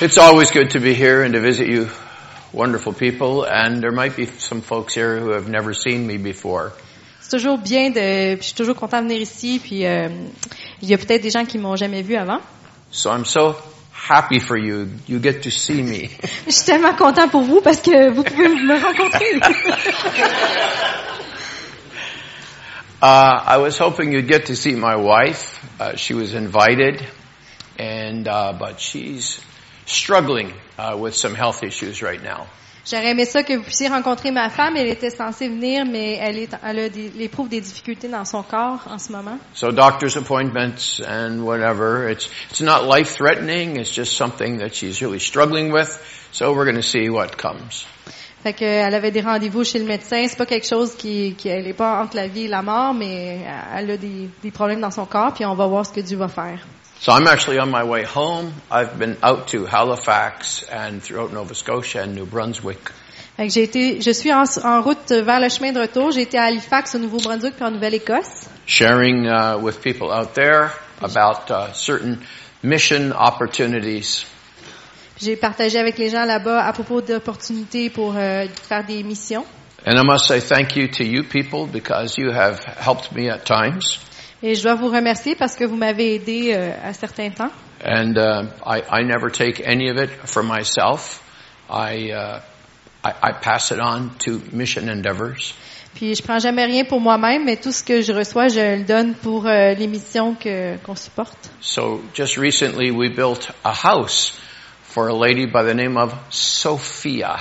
It's always good to be here and to visit you wonderful people and there might be some folks here who have never seen me before. C'est toujours bien de. Je suis toujours content de venir ici. Puis euh, il y a peut-être des gens qui m'ont jamais vu avant. So I'm so happy for you. You get to see me. Je suis tellement content pour vous parce que vous pouvez me rencontrer. Uh, I was hoping you'd get to see my wife. Uh, she was invited and uh, but she's struggling uh, with some health issues right now. J'aurais aimé ça que vous puissiez rencontrer ma femme. Elle était censée venir, mais elle, est, elle, a des, elle éprouve des difficultés dans son corps en ce moment. So doctor's appointments and whatever. It's it's not life threatening. It's just something that she's really struggling with. So we're going to see what comes. Fait que, euh, elle avait des rendez-vous chez le médecin. C'est pas quelque chose qui, qui elle est pas entre la vie et la mort, mais elle a des, des problèmes dans son corps. Puis on va voir ce que Dieu va faire. So I'm actually on my way home. I've been out to Halifax and throughout Nova Scotia and New Brunswick. Fait que j'ai été, je suis en, en route vers le chemin de retour. J'ai été à Halifax, au Nouveau-Brunswick, puis en Nouvelle-Écosse. sharing uh, with people out there about uh, certain mission opportunities. Puis J'ai partagé avec les gens là-bas à propos d'opportunités pour euh, faire des missions. And I must say thank you to you people because you have helped me at times. Et je dois vous remercier parce que vous m'avez aidé euh, à certains temps. And uh, I, I never take any of it for myself. I, uh, I, I pass it on to mission endeavors. Puis je prends jamais rien pour moi-même, mais tout ce que je reçois, je le donne pour euh, les missions que qu'on supporte. So just recently we built a house for a lady by the name of Sophia.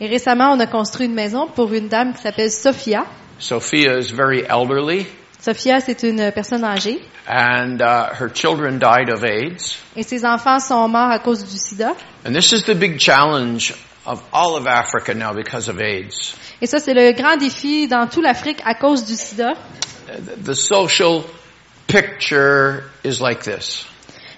Et récemment, on a construit une maison pour une dame qui s'appelle Sophia. Sophia is very elderly Sophia, c'est une personne âgée and uh, her children died of AIDS. et ses enfants sont morts à cause du sida. And this is the big challenge of all of Africa now because of AIDS. Et ça, c'est le grand défi dans toute l'Afrique à cause du sida. The social picture is like this.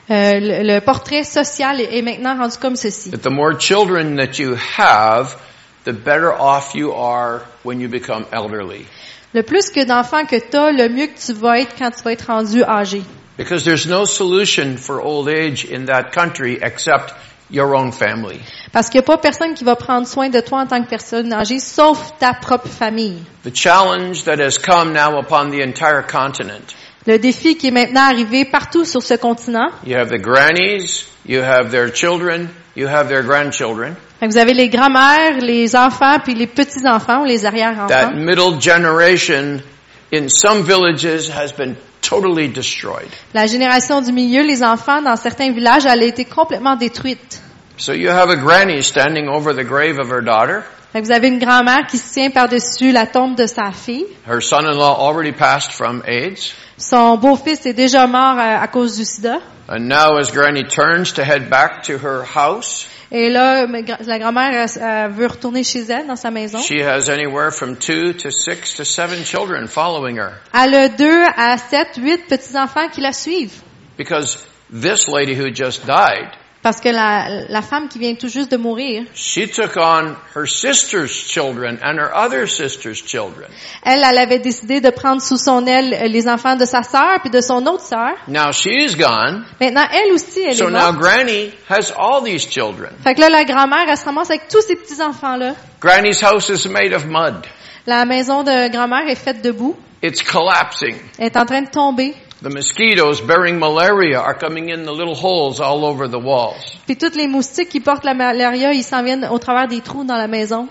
Euh, le, le portrait social est est maintenant rendu comme ceci. That the more children that you have, the better off you are when you become elderly. Le plus que d'enfants que tu as, le mieux que tu vas être quand tu vas être rendu âgé. Because there's no solution for old age in that country except your own family. Parce qu'il n'y a pas personne qui va prendre soin de toi en tant que personne âgée, sauf ta propre famille. The challenge that has come now upon the entire continent. Le défi qui est maintenant arrivé partout sur ce continent, You have the grannies, you have their children, you have their grandchildren. Fait que vous avez les grands-mères, les enfants, puis les petits-enfants ou les arrière-enfants. That middle generation in some villages has been totally destroyed. La génération du milieu, les enfants, dans certains villages, elle a été complètement détruite. So you have a granny standing over the grave of her daughter. Fait que vous avez une grand-mère qui se tient par-dessus la tombe de sa fille. Her son-in-law already passed from AIDS. Son beau-fils est déjà mort euh, à, à cause du sida. And now as granny turns to head back to her house, Et là, ma gra- la grand-mère elle- elle veut retourner chez elle, dans sa maison. she has anywhere from two to six to seven children following her. Elle a deux à sept, huit petits-enfants qui la suivent. Because this lady who just died, Parce que la, la femme qui vient tout juste de mourir, she took on her sister's children and her other sister's children. elle, elle avait décidé de prendre sous son aile euh, les enfants de sa sœur puis de son autre sœur. Now she's gone, Maintenant, elle aussi, elle so est now morte. granny has all these children. Fait que là, la grand-mère, elle se ramasse avec tous ces petits-enfants-là. Granny's house is made of mud. La maison de grand-mère est faite debout. It's collapsing. Elle est en train de tomber. The mosquitoes bearing malaria are coming in the little holes all over the walls. Puis toutes les moustiques qui portent la malaria, ils s'en viennent au travers des trous dans la maison.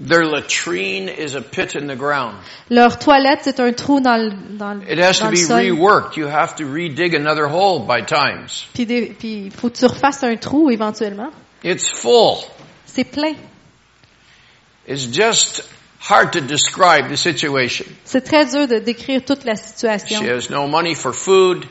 Their latrine is a pit in the ground. Leur toilette, c'est un trou dans le, dans le, It has to dans le be sol. reworked. You have to redig another hole by times. Puis des- puis il faut que tu refasses un trou éventuellement. It's full. C'est plein. It's just hard to describe the situation. C'est très dur de décrire toute la situation. She has no money for food.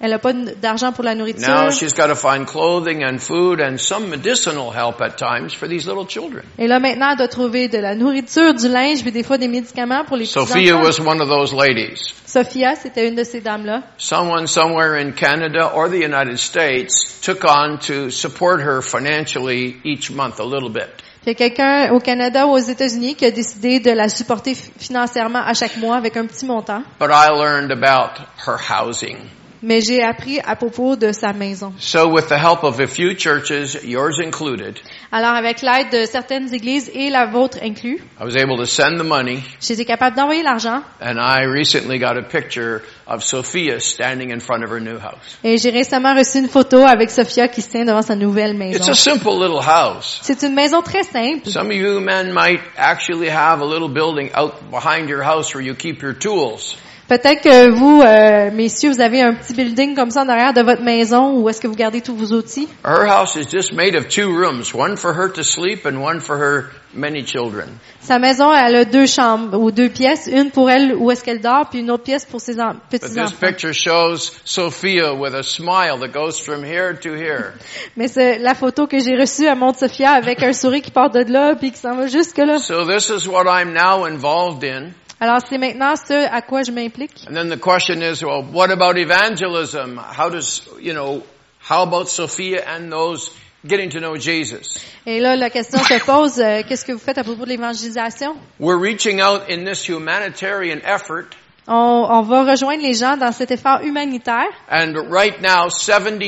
Elle n'a pas n- d'argent pour la Now nourriture. she's got to find clothing and food and some medicinal help at times for these little children. Et là, maintenant, elle doit trouver de la nourriture, du linge, puis des fois des médicaments pour les petits Sophia enfants. was one of those ladies. Sophia, c'était une de ces dames-là. someone somewhere in Canada or the United States took on to support her financially each month a little bit. Il y a quelqu'un au Canada ou aux États-Unis qui a décidé de la supporter fi- financièrement à chaque mois avec un petit montant. But I learned about her housing. mais j'ai appris à propos de sa maison. So with the help of a few churches, yours included, Alors, avec l'aide de certaines églises et la vôtre inclus, I was able to send the money j'étais capable d'envoyer l'argent and I recently got a picture of Sophia standing in front of her new house. et j'ai récemment reçu une photo avec Sophia qui se tient devant sa nouvelle It's maison. a simple little house. C'est une maison très simple. Some of you men might actually have a little building out behind your house where you keep your tools. Peut-être que vous, euh, messieurs, vous avez un petit building comme ça en arrière de votre maison où est-ce que vous gardez tous vos outils. Her house is just made of two rooms, one for her to sleep and one for her many children. Sa maison, elle a deux chambres ou deux pièces, une pour elle où est-ce qu'elle dort, puis une autre pièce pour ses en- But this petits-enfants. picture shows Sophia with a smile that goes from here to here. Mais c'est la photo que j'ai reçue à monte Sophia avec un sourire qui part de là puis qui s'en va jusque là. So this is what I'm now involved in. Alors c'est maintenant ce à quoi je m'implique. And then the question is, well, what about evangelism? How does, you know, how about Sophia and those getting to know Jesus? Et là, la question se pose euh, qu'est-ce que vous faites à propos de l'évangélisation We're reaching out in this humanitarian effort. on, on va rejoindre les gens dans cet effort humanitaire. And right now,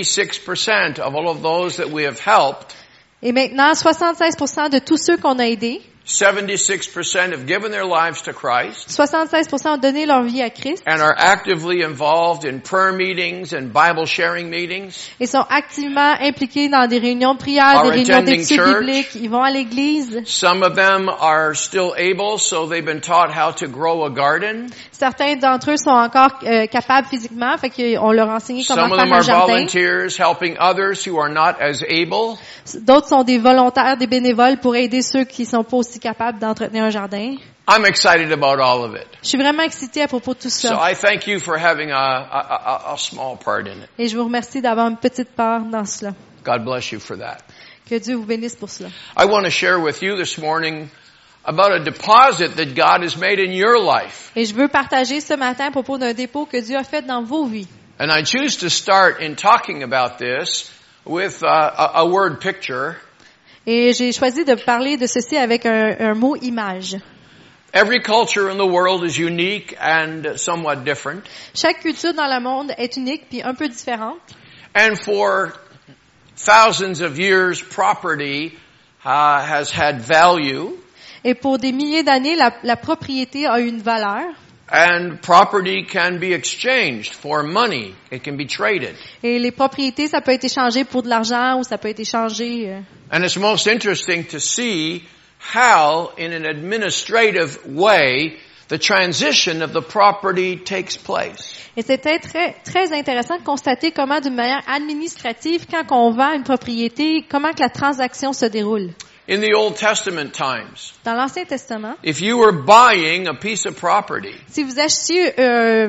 76% of all of those that we have helped, Et maintenant, 76% de tous ceux qu'on a aidés, 76% have given their lives to Christ. 76% ont donné leur vie à Christ and are actively involved in prayer meetings and Bible sharing meetings. et sont activement impliqués dans des réunions de prière, des Are réunions attending d'études church. bibliques. Ils vont à l'église. Some of them are still able, so they've been taught how to grow a garden. Certains d'entre eux sont encore euh, capables physiquement, fait qu'on leur a enseigné comment Some of them faire un are jardin. volunteers helping others who are not as able. D'autres sont des volontaires, des bénévoles pour aider ceux qui sont pas aussi capables d'entretenir un jardin. I'm excited about all of it. Je suis vraiment excitée à propos de tout So ça. I thank you for having a, a, a, a small part in it. Et je vous remercie d'avoir une petite part dans cela. God bless you for that. Que Dieu vous bénisse pour cela. I want to share with you this morning about a deposit that God has made in your life. Et je veux partager ce matin à propos d'un dépôt que Dieu a fait dans vos vies. And I choose to start in talking about this with uh, a, a word picture. Et j'ai choisi de parler de ceci avec un, un mot image. Every culture in the world is unique and somewhat different. Chaque culture dans le monde est unique puis un peu différente. And for thousands of years, property uh, has had value. Et pour des milliers d'années, la, la propriété a une valeur. And property can be exchanged for money. It can be traded. Et les propriétés, ça peut être échangé pour de l'argent ou ça peut être échangé. euh. And it's most interesting to see how, in an administrative way, the transition of the property takes place. Et c'était très, très intéressant de constater comment, d'une manière administrative, quand on vend une propriété, comment que la transaction se déroule. In the Old Testament times, Dans l'Ancien Testament, if you were buying a piece of property, si vous achetiez euh,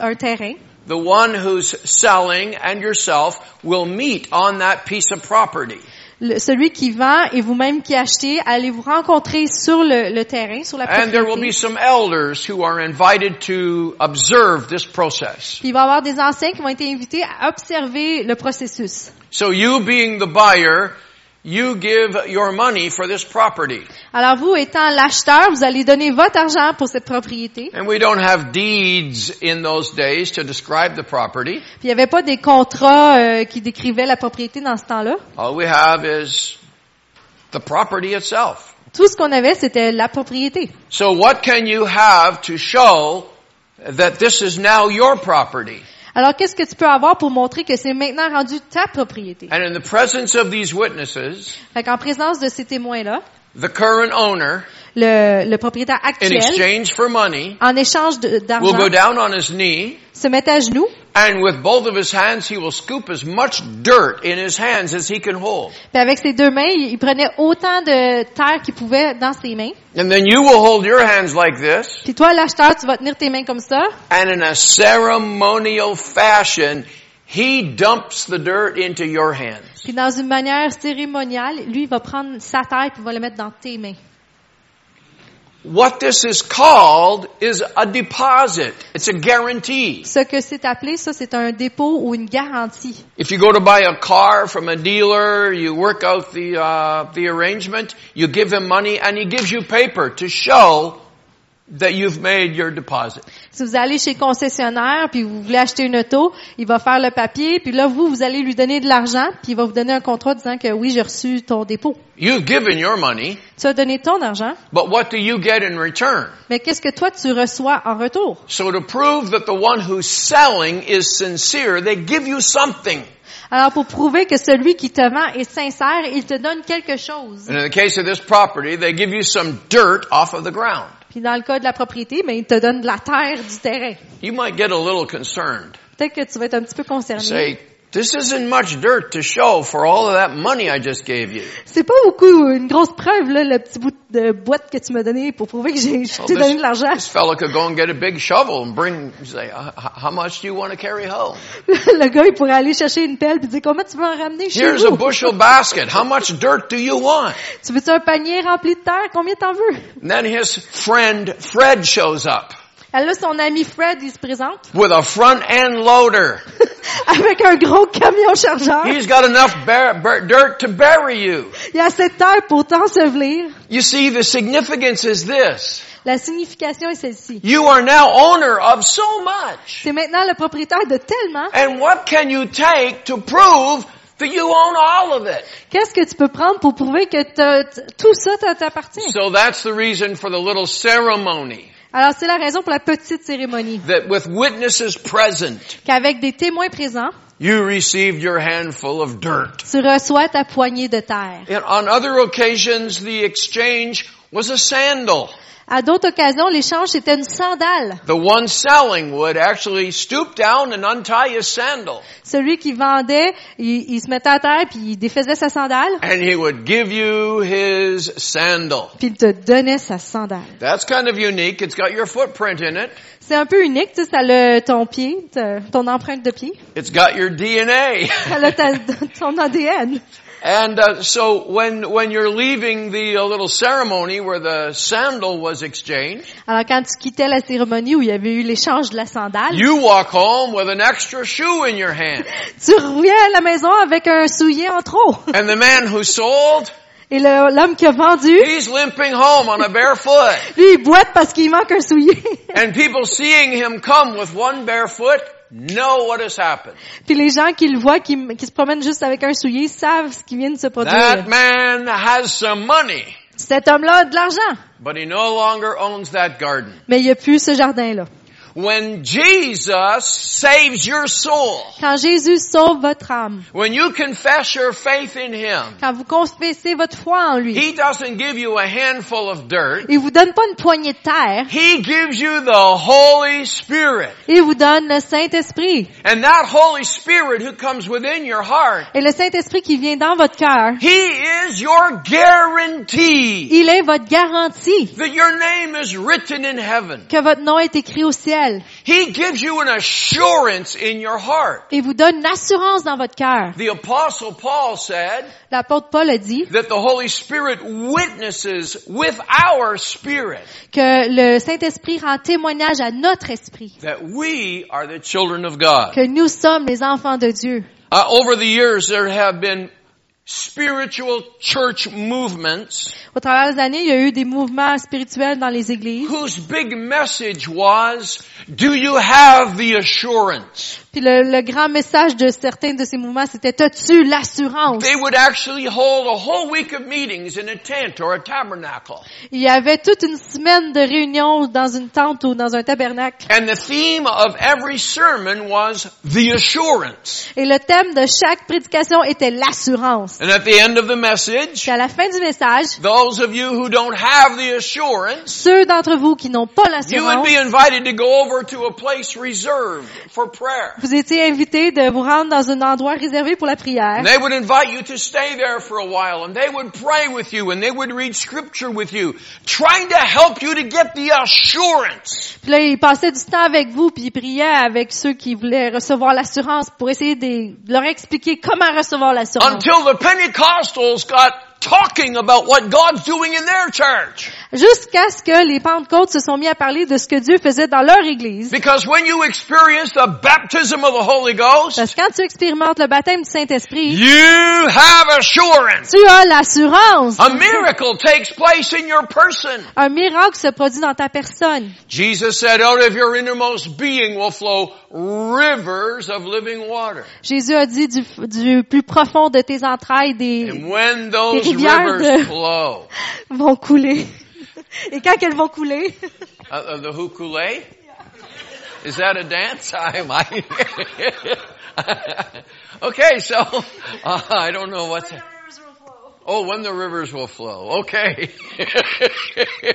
un terrain, The one who's selling and yourself will meet on that piece of property. le- celui qui vend et vous-même qui achetez, allez vous rencontrer sur le, le terrain, sur la And there will be propriété. some elders who are invited to observe this process. Puis il va y avoir des anciens qui vont être invités à observer le processus. So you being the buyer, you give your money for this property. Alors vous, étant l'acheteur, vous allez donner votre argent pour cette propriété. And we don't have deeds in those days to describe the property. Puis il n'y avait pas des contrats euh, qui décrivaient la propriété dans ce temps-là. All we have is the property itself. Tout ce qu'on avait, c'était la propriété. So what can you have to show that this is now your property? Alors qu'est-ce que tu peux avoir pour montrer que c'est maintenant rendu ta propriété? And in the presence of these witnesses, Fait qu'en présence de ces témoins-là, the current owner, le, le propriétaire in actuel, exchange for money, en échange de- will go d'argent, down on his knee, se met à genoux and with both of his hands, he will scoop as much dirt in his hands as he can hold. Puis avec ses deux mains, il il prenait autant de terre qu'il pouvait dans ses mains. And then you will hold your hands like this, Puis toi, l'acheteur, tu vas tenir tes mains comme ça. and in a ceremonial fashion, he dumps the dirt into your hands. Puis dans une manière cérémoniale, lui, il va prendre sa terre puis il va le mettre dans tes mains. What this is called is a deposit. It's a guarantee. Ce que c'est appelé, ça, c'est un dépôt ou une garantie. If you go to buy a car from a dealer, you work out the uh, the arrangement. You give him money, and he gives you paper to show that you've made your deposit. Si vous allez chez le concessionnaire puis vous voulez acheter une auto, il va faire le papier puis là vous vous allez lui donner de l'argent puis il va vous donner un contrat disant que oui, j'ai reçu ton dépôt. You've given your money, Tu as donné ton argent, but what do you get in return? mais qu'est-ce que toi tu reçois en retour So to prove that the one who's selling is sincere, they give you something. Alors pour prouver que celui qui te vend est sincère, il te donne quelque chose. And in the case of this property, they give you some dirt off of the ground. Puis dans le cas de la propriété, mais il te donne de la terre, du terrain. You might get a little concerned. Peut-être que tu vas être un petit peu concerné. Say, this isn't much dirt to show for all of that money I just gave you. C'est pas beaucoup une grosse preuve là, le petit bout de boîte que tu m'as donné pour prouver que j'ai je Well, t'ai donné de this, l'argent. this fellow could go and get a big shovel and bring, say, "Uh, h- how much do you want to carry home? le gars il pourrait aller chercher une pelle puis dire comment tu veux en ramener chez Here's a vous. bushel basket. How much dirt do you want? Tu veux un panier rempli de terre Combien t'en veux And then his friend Fred shows up Alors là son ami Fred il se présente with a front end loader. avec un gros camion chargeur. He's got enough bar- bur- dirt to bury you. Il y a cette terre pour t'ensevelir. You see, the significance is this. La signification est celle-ci. You are now owner of so much. C'est maintenant le propriétaire de tellement. And what can you take to prove that you own all of it? Qu'est-ce que tu peux prendre pour prouver que t'as- t- tout ça t'a- t'appartient? So that's the reason for the little ceremony Alors, c'est la raison pour la petite cérémonie. that with witnesses present, Qu'avec des témoins présents, you received your handful of dirt. tu reçois ta poignée de terre. And on other occasions, the exchange was a sandal. À d'autres occasions, l'échange c'était une sandale. The one selling would actually stoop down and untie his sandal. Celui qui vendait, il, il se mettait à terre puis il défaisait sa sandale, And he would give you his sandal. puis il te donnait sa sandale. That's kind of unique. It's got your footprint in it. C'est un peu unique, tu sais, ça a ton pied, ta- ton empreinte de pied, It's got your DNA. ça a ta- ton ADN. And uh, so when when you're leaving the uh, little ceremony where the sandal was exchanged, Alors quand tu quittais la cérémonie où il y avait eu l'échange de la sandale, you walk home with an extra shoe in your hand. tu reviens à la maison avec un soulier en trop. And the man who sold, Et le- l'homme qui a vendu, he's limping home on a bare foot. lui, il boite parce qu'il manque un soulier. And people seeing him come with one bare foot know what has happened. Puis les gens qui le voient, qui, qui se promènent juste avec un soulier, savent ce qui vient de se That produire. man has some money, Cet homme-là a de l'argent, but he no longer owns that garden. mais il n'y a plus ce jardin-là. When Jesus saves your soul, Quand Jésus sauve votre âme, when you confess your faith in him, quand vous confessez votre foi en lui, He doesn't give you a handful of dirt. il vous donne pas une poignée de terre, He gives you the Holy Spirit. il vous donne le Saint-Esprit. And that Holy Spirit who comes within your heart, Et le Saint-Esprit qui vient dans votre cœur, He is your guarantee il est votre garantie that your name is written in heaven. que votre nom est écrit au ciel. He gives you an assurance in your heart. Il vous donne une assurance dans votre cœur. The apostle Paul said L'apôtre Paul a dit that the Holy Spirit witnesses with our spirit que le Saint-Esprit rend témoignage à notre esprit, that we are the children of God. que nous sommes les enfants de Dieu. Uh, over the years, there have been spiritual church movements Au travers des années, il y a eu des mouvements spirituels dans les églises. whose big message was, do you have the assurance? Puis le, le grand message de certains de ces mouvements, c'était T'as-tu l'assurance? They would actually hold a whole week of meetings in a tent or a tabernacle. Il y avait toute une semaine de réunions dans une tente ou dans un tabernacle. And the theme of every sermon was the assurance. Et le thème de chaque prédication était l'assurance. And at the end of the message, Puis à la fin du message, those of you who don't have the assurance, ceux d'entre vous qui n'ont pas you would l'assurance, be invited to go over to a place reserved for prayer. vous étiez invités de vous rendre dans un endroit réservé pour la prière. And they would invite you to stay there for a while and they would pray with you and they would read scripture with you, trying to help you to get the assurance Puis là, ils passaient du temps avec vous, puis ils priaient avec ceux qui voulaient recevoir Oh, l'assurance pour essayer de de leur expliquer comment recevoir l'assurance. until the Pentecostals got talking about what God's doing in their church. Jusqu'à ce que les Pentecôtes se sont mis à parler de ce que Dieu faisait dans leur Église. Because when you experience the baptism of the Holy Ghost, Parce que quand tu expérimentes le baptême du Saint-Esprit, you have assurance. tu as l'assurance. A miracle takes place in your person. Un miracle se produit dans ta personne. Jesus said, out of your innermost being will flow rivers of living water. Jésus a dit du, du plus profond de tes entrailles des And when those rivières de- rivers flow, vont couler. Et quand elles vont couler, uh, uh, the hukule, is that a dance? I might. okay, so uh, I don't know what's. Oh, when the rivers will flow. Okay.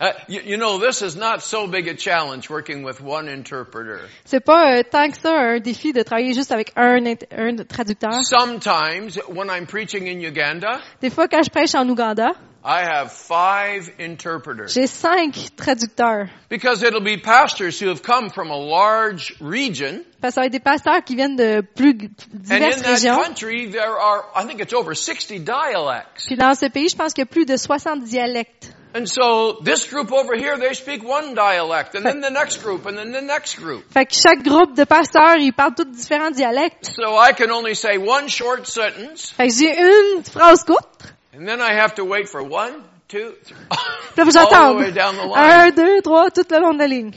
Uh, you, you know, this is not so big a challenge working with one interpreter. c'est pas euh, tant que ça un défi de travailler juste avec un, int- un traducteur. Sometimes when I'm preaching in Uganda, Des fois, quand je prêche en Ouganda, I have five interpreters j'ai cinq traducteurs. because it'll be pastors who have come from a large region Parce que ça va être des pasteurs qui viennent de plus g- and diverses in that régions. country there are, I think it's over 60 dialects. Puis dans ce pays, je pense qu'il y a plus de 60 dialectes. And so this group over here, they speak one dialect and then the next group and then the next group. Fait que chaque groupe de pasteurs, ils parlent tous différents dialectes. So I can only say one short sentence Fait que j'ai une phrase courte. and then I have to wait for one, two, three, Puis là, faut que all j'attende. the way down the line. Un, deux, trois, tout le long de la ligne.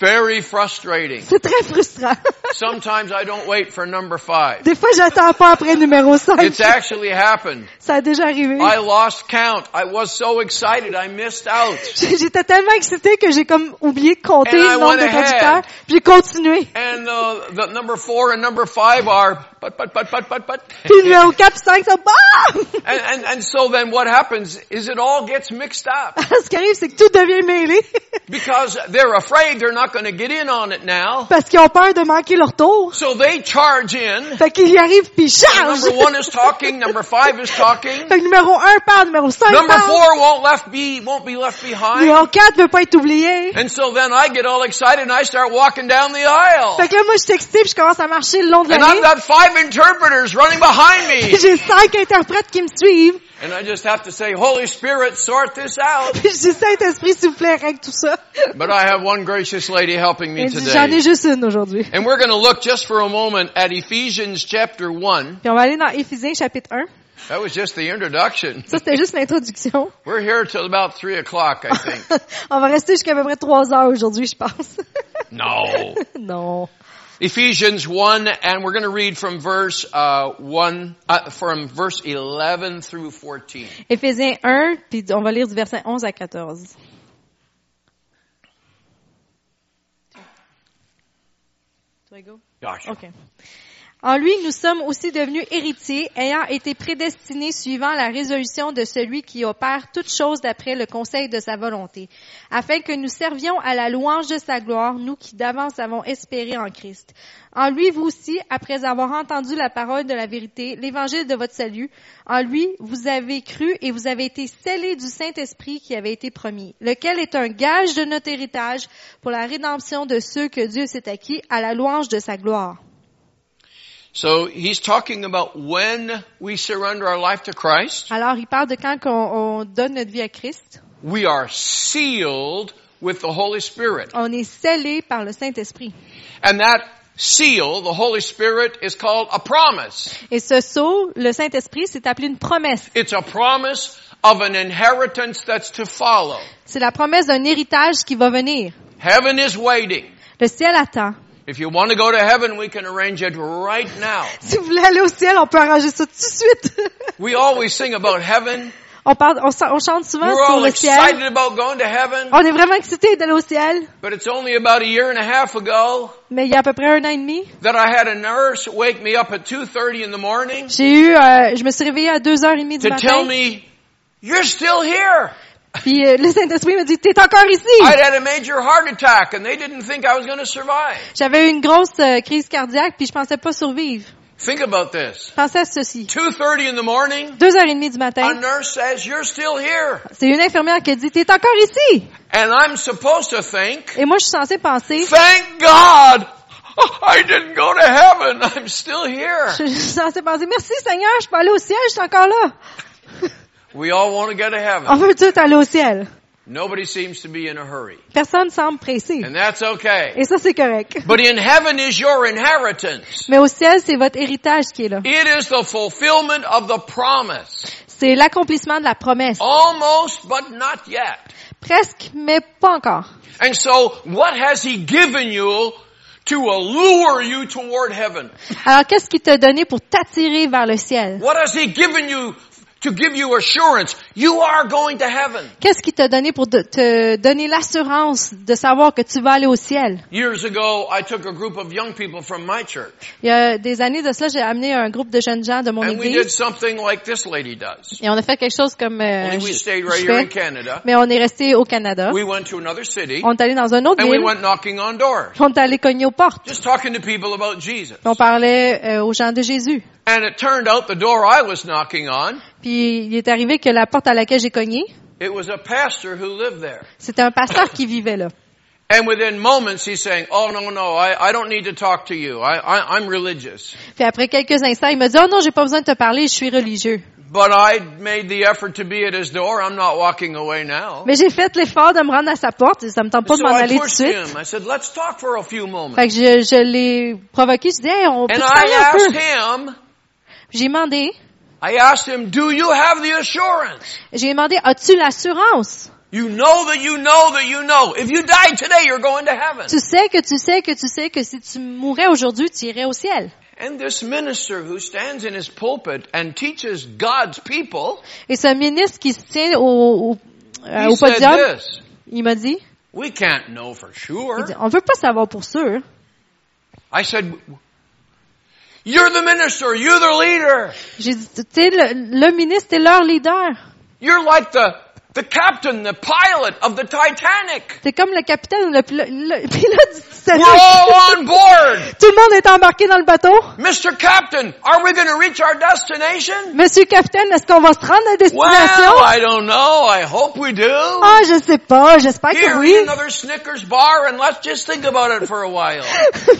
Very frustrating. C'est très frustrant. Sometimes I don't wait for number five. Des fois, j'attends pas après numéro 5. It's actually happened. Ça a déjà arrivé. I lost count. I was so excited. I missed out. J'étais tellement excitée que j'ai comme oublié de compter And I le nombre went de ahead. traducteurs. Puis j'ai continué. And uh, the number four and number five are but but but but but but. Puis numéro 4 puis 5, ça, bam! And, and and so then what happens is it all gets mixed up Ce qui arrive, c'est que tout devient mêlé. because they're afraid they're not going to get in on it now. Parce qu'ils ont peur de manquer leur tour. So they charge in. Fait qu'ils y arrivent puis ils chargent. Number one is talking. Number five is talking. Fait que numéro 1 parle, numéro 5 Number parle. four won't left be won't be left behind. Numéro 4 veut pas être oublié. And so then I get all excited and I start walking down the aisle. Fait que là, moi, je suis excitée puis je commence à marcher le long de la And I've ligne. got five interpreters running behind me. Puis j'ai cinq interprètes qui me suivent. And I just have to say, Holy Spirit, sort this out. Puis je dis, Saint-Esprit, s'il vous plaît, règle tout ça. But I have one gracious lady helping me Elle dit, J'en ai today. juste une aujourd'hui. And we're going to look just for a moment at Ephesians chapter 1. Puis on va aller dans Éphésiens chapitre 1. That was just the introduction. Ça, c'était juste l'introduction. We're here till about 3 o'clock, I think. on va rester jusqu'à à peu près trois heures aujourd'hui, je pense. No. non. Ephesians 1, and we're going to read from verse uh, 1, uh, from verse 11 through 14. Éphésiens 1, puis on va lire du verset 11 à 14. Toi, go. Gosh. OK. En lui, nous sommes aussi devenus héritiers, ayant été prédestinés suivant la résolution de celui qui opère toutes choses d'après le conseil de sa volonté, afin que nous servions à la louange de sa gloire, nous qui d'avance avons espéré en Christ. En lui, vous aussi, après avoir entendu la parole de la vérité, l'évangile de votre salut, en lui, vous avez cru et vous avez été scellés du Saint-Esprit qui avait été promis, lequel est un gage de notre héritage pour la rédemption de ceux que Dieu s'est acquis à la louange de sa gloire. So he's talking about when we surrender our life to Christ, Alors, il parle de quand qu'on- on, donne notre vie à Christ, we are sealed with the Holy Spirit. on est scellé par le Saint-Esprit. And that seal, the Holy Spirit, is called a promise. Et ce sceau, le Saint-Esprit, c'est appelé une promesse. It's a promise of an inheritance that's to follow. C'est la promesse d'un héritage qui va venir. Heaven is waiting. Le ciel attend. If you want to go to heaven, we can arrange it right now. Si vous voulez aller au ciel, on peut arranger ça tout de suite. We always sing about heaven. on, parle, on, sa- on chante souvent We're sur all le ciel. excited about going to heaven, On est vraiment excités d'aller au ciel. but it's only about a year and a half ago Mais il y a à peu près un an et demi, that I had a nurse wake me up at 2.30 in the morning j'ai eu, euh, je me suis réveillée à deux heures et demie du to tell matin. me, you're still here. Puis euh, le Saint-Esprit m'a dit, t'es encore I'd ici. had a major heart attack and they didn't think I was going to survive. J'avais eu une grosse euh, crise cardiaque, puis je pensais pas survivre. Think about this. Je pensais à ceci. 2.30 in the morning, Deux heures et demie du A matin, nurse says, you're still here. c'est une infirmière qui a dit, t'es encore ici! And I'm supposed to think, Et moi, je suis censée penser, thank God I didn't go to heaven. I'm still here. je suis censée penser, merci Seigneur, je peux aller au ciel, je suis encore là! We all want to go to On heaven. veut tout aller au ciel. Nobody seems to be in a hurry. Personne semble pressé. And that's okay. Et ça, c'est correct. But in heaven is your inheritance. Mais au ciel, c'est votre héritage qui est là. It is the fulfillment of the promise. C'est l'accomplissement de la promesse. Oh. Almost, but not yet. Presque, mais pas encore. And so, what has He given you to allure you toward heaven? Alors, qu'est-ce qu'il t'a donné pour t'attirer vers le ciel? What has He given you to give you assurance? You are going to heaven. Qu'est-ce qu'il t'a donné pour de- te donner l'assurance de savoir que tu vas aller au ciel? Years ago, I took a group of young people from my church, Il y a des années de cela, j'ai amené un groupe de jeunes gens de mon and we did église something like this lady does. et on a fait quelque chose comme euh, Only we je- stayed je right here in fais. Canada. mais on est resté au Canada. We went to another city, On est allé dans un autre and we ville. went knocking on doors, On est allé cogner aux portes. just talking to people about Jesus. On parlait euh, aux gens de Jésus. And it turned out the door I was knocking on, Puis il est arrivé que la porte à laquelle j'ai cogné, it was a pastor who lived there. c'était un pasteur qui vivait là. And within moments, he's saying, "Oh no, no, I, I don't need to talk to you. I, I, I'm religious, Puis après quelques instants, il me dit "Oh non, j'ai pas besoin de te parler, je suis religieux." but I made the effort to be at his door. I'm not walking away now." Mais j'ai fait l'effort de me rendre à sa porte, ça me tente pas de So m'en I aller tout de pushed suite. him. I said, "Let's talk for a few moments." Fait que je, je l'ai provoqué, je dis hey, on peut And se parler un peu. I asked him. J'ai demandé, I asked him, "Do you have the assurance? j'ai demandé "As-tu l'assurance You know that you know that you know. If you die today, you're going to heaven." Tu sais que tu sais que tu sais que si tu mourais aujourd'hui, tu irais au ciel." And this minister who stands in his pulpit and teaches God's people, Et ce ministre qui se tient au, au, euh, he au said podium, this: il m'a dit, "We can't know for il sure." dit, on veut pas savoir pour sûr. I said, You're the minister, you're the leader, J'ai dit, tu sais, le, le ministre est leur leader. you're like the, the captain, the pilot of the Titanic. C'est comme le capitaine, le, pilo- le pilote du Titanic. We're all on board. Tout le monde est embarqué dans le bateau. Mr. Captain, are we going to reach our destination? Monsieur le capitaine, est-ce qu'on va se rendre à destination? Well, I don't know. I hope we do. Ah, je sais pas, j'espère Here, que eat oui. another Snickers bar and let's just think about it for a while.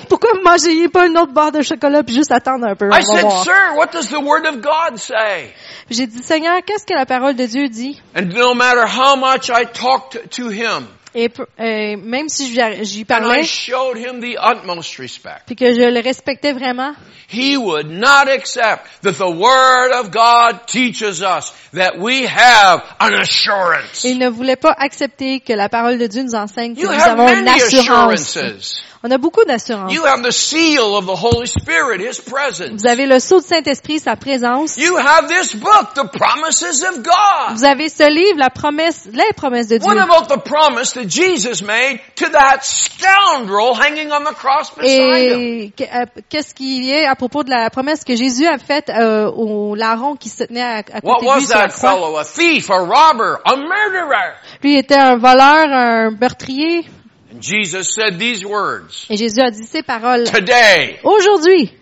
Pourquoi vous mangeriez pas une autre barre de chocolat puis juste attendre un peu? I on va said, voir. Sir, what does the Word of God say? J'ai dit, Seigneur, qu'est-ce que la parole de Dieu dit? And no matter how much I talked to him, Et peu- euh, même si j'y- j'y and I parlais, showed him the utmost respect. puis que je le respectais vraiment, He would not accept that the Word of God teaches us that we have an assurance. il ne voulait pas accepter que la parole de Dieu nous enseigne que You nous have avons une many assurance. assurances. On a beaucoup d'assurance. You have the seal of the Holy Spirit, His presence. Vous avez le sceau du Saint-Esprit, sa présence. You have this book, the promises of God. Vous avez ce livre, la promesse, les promesses de What Dieu. about the promise that Jesus made to that scoundrel hanging on the cross beside him? Et que- euh, qu'est-ce qui est à propos de la promesse que Jésus a faite euh, au larron qui se tenait à, à côté What de was lui sur la that croix? fellow? A thief, a robber, a murderer. Lui était un voleur, un meurtrier. And Jesus said these words, Et Jésus a dit ces paroles. Today Aujourd'hui,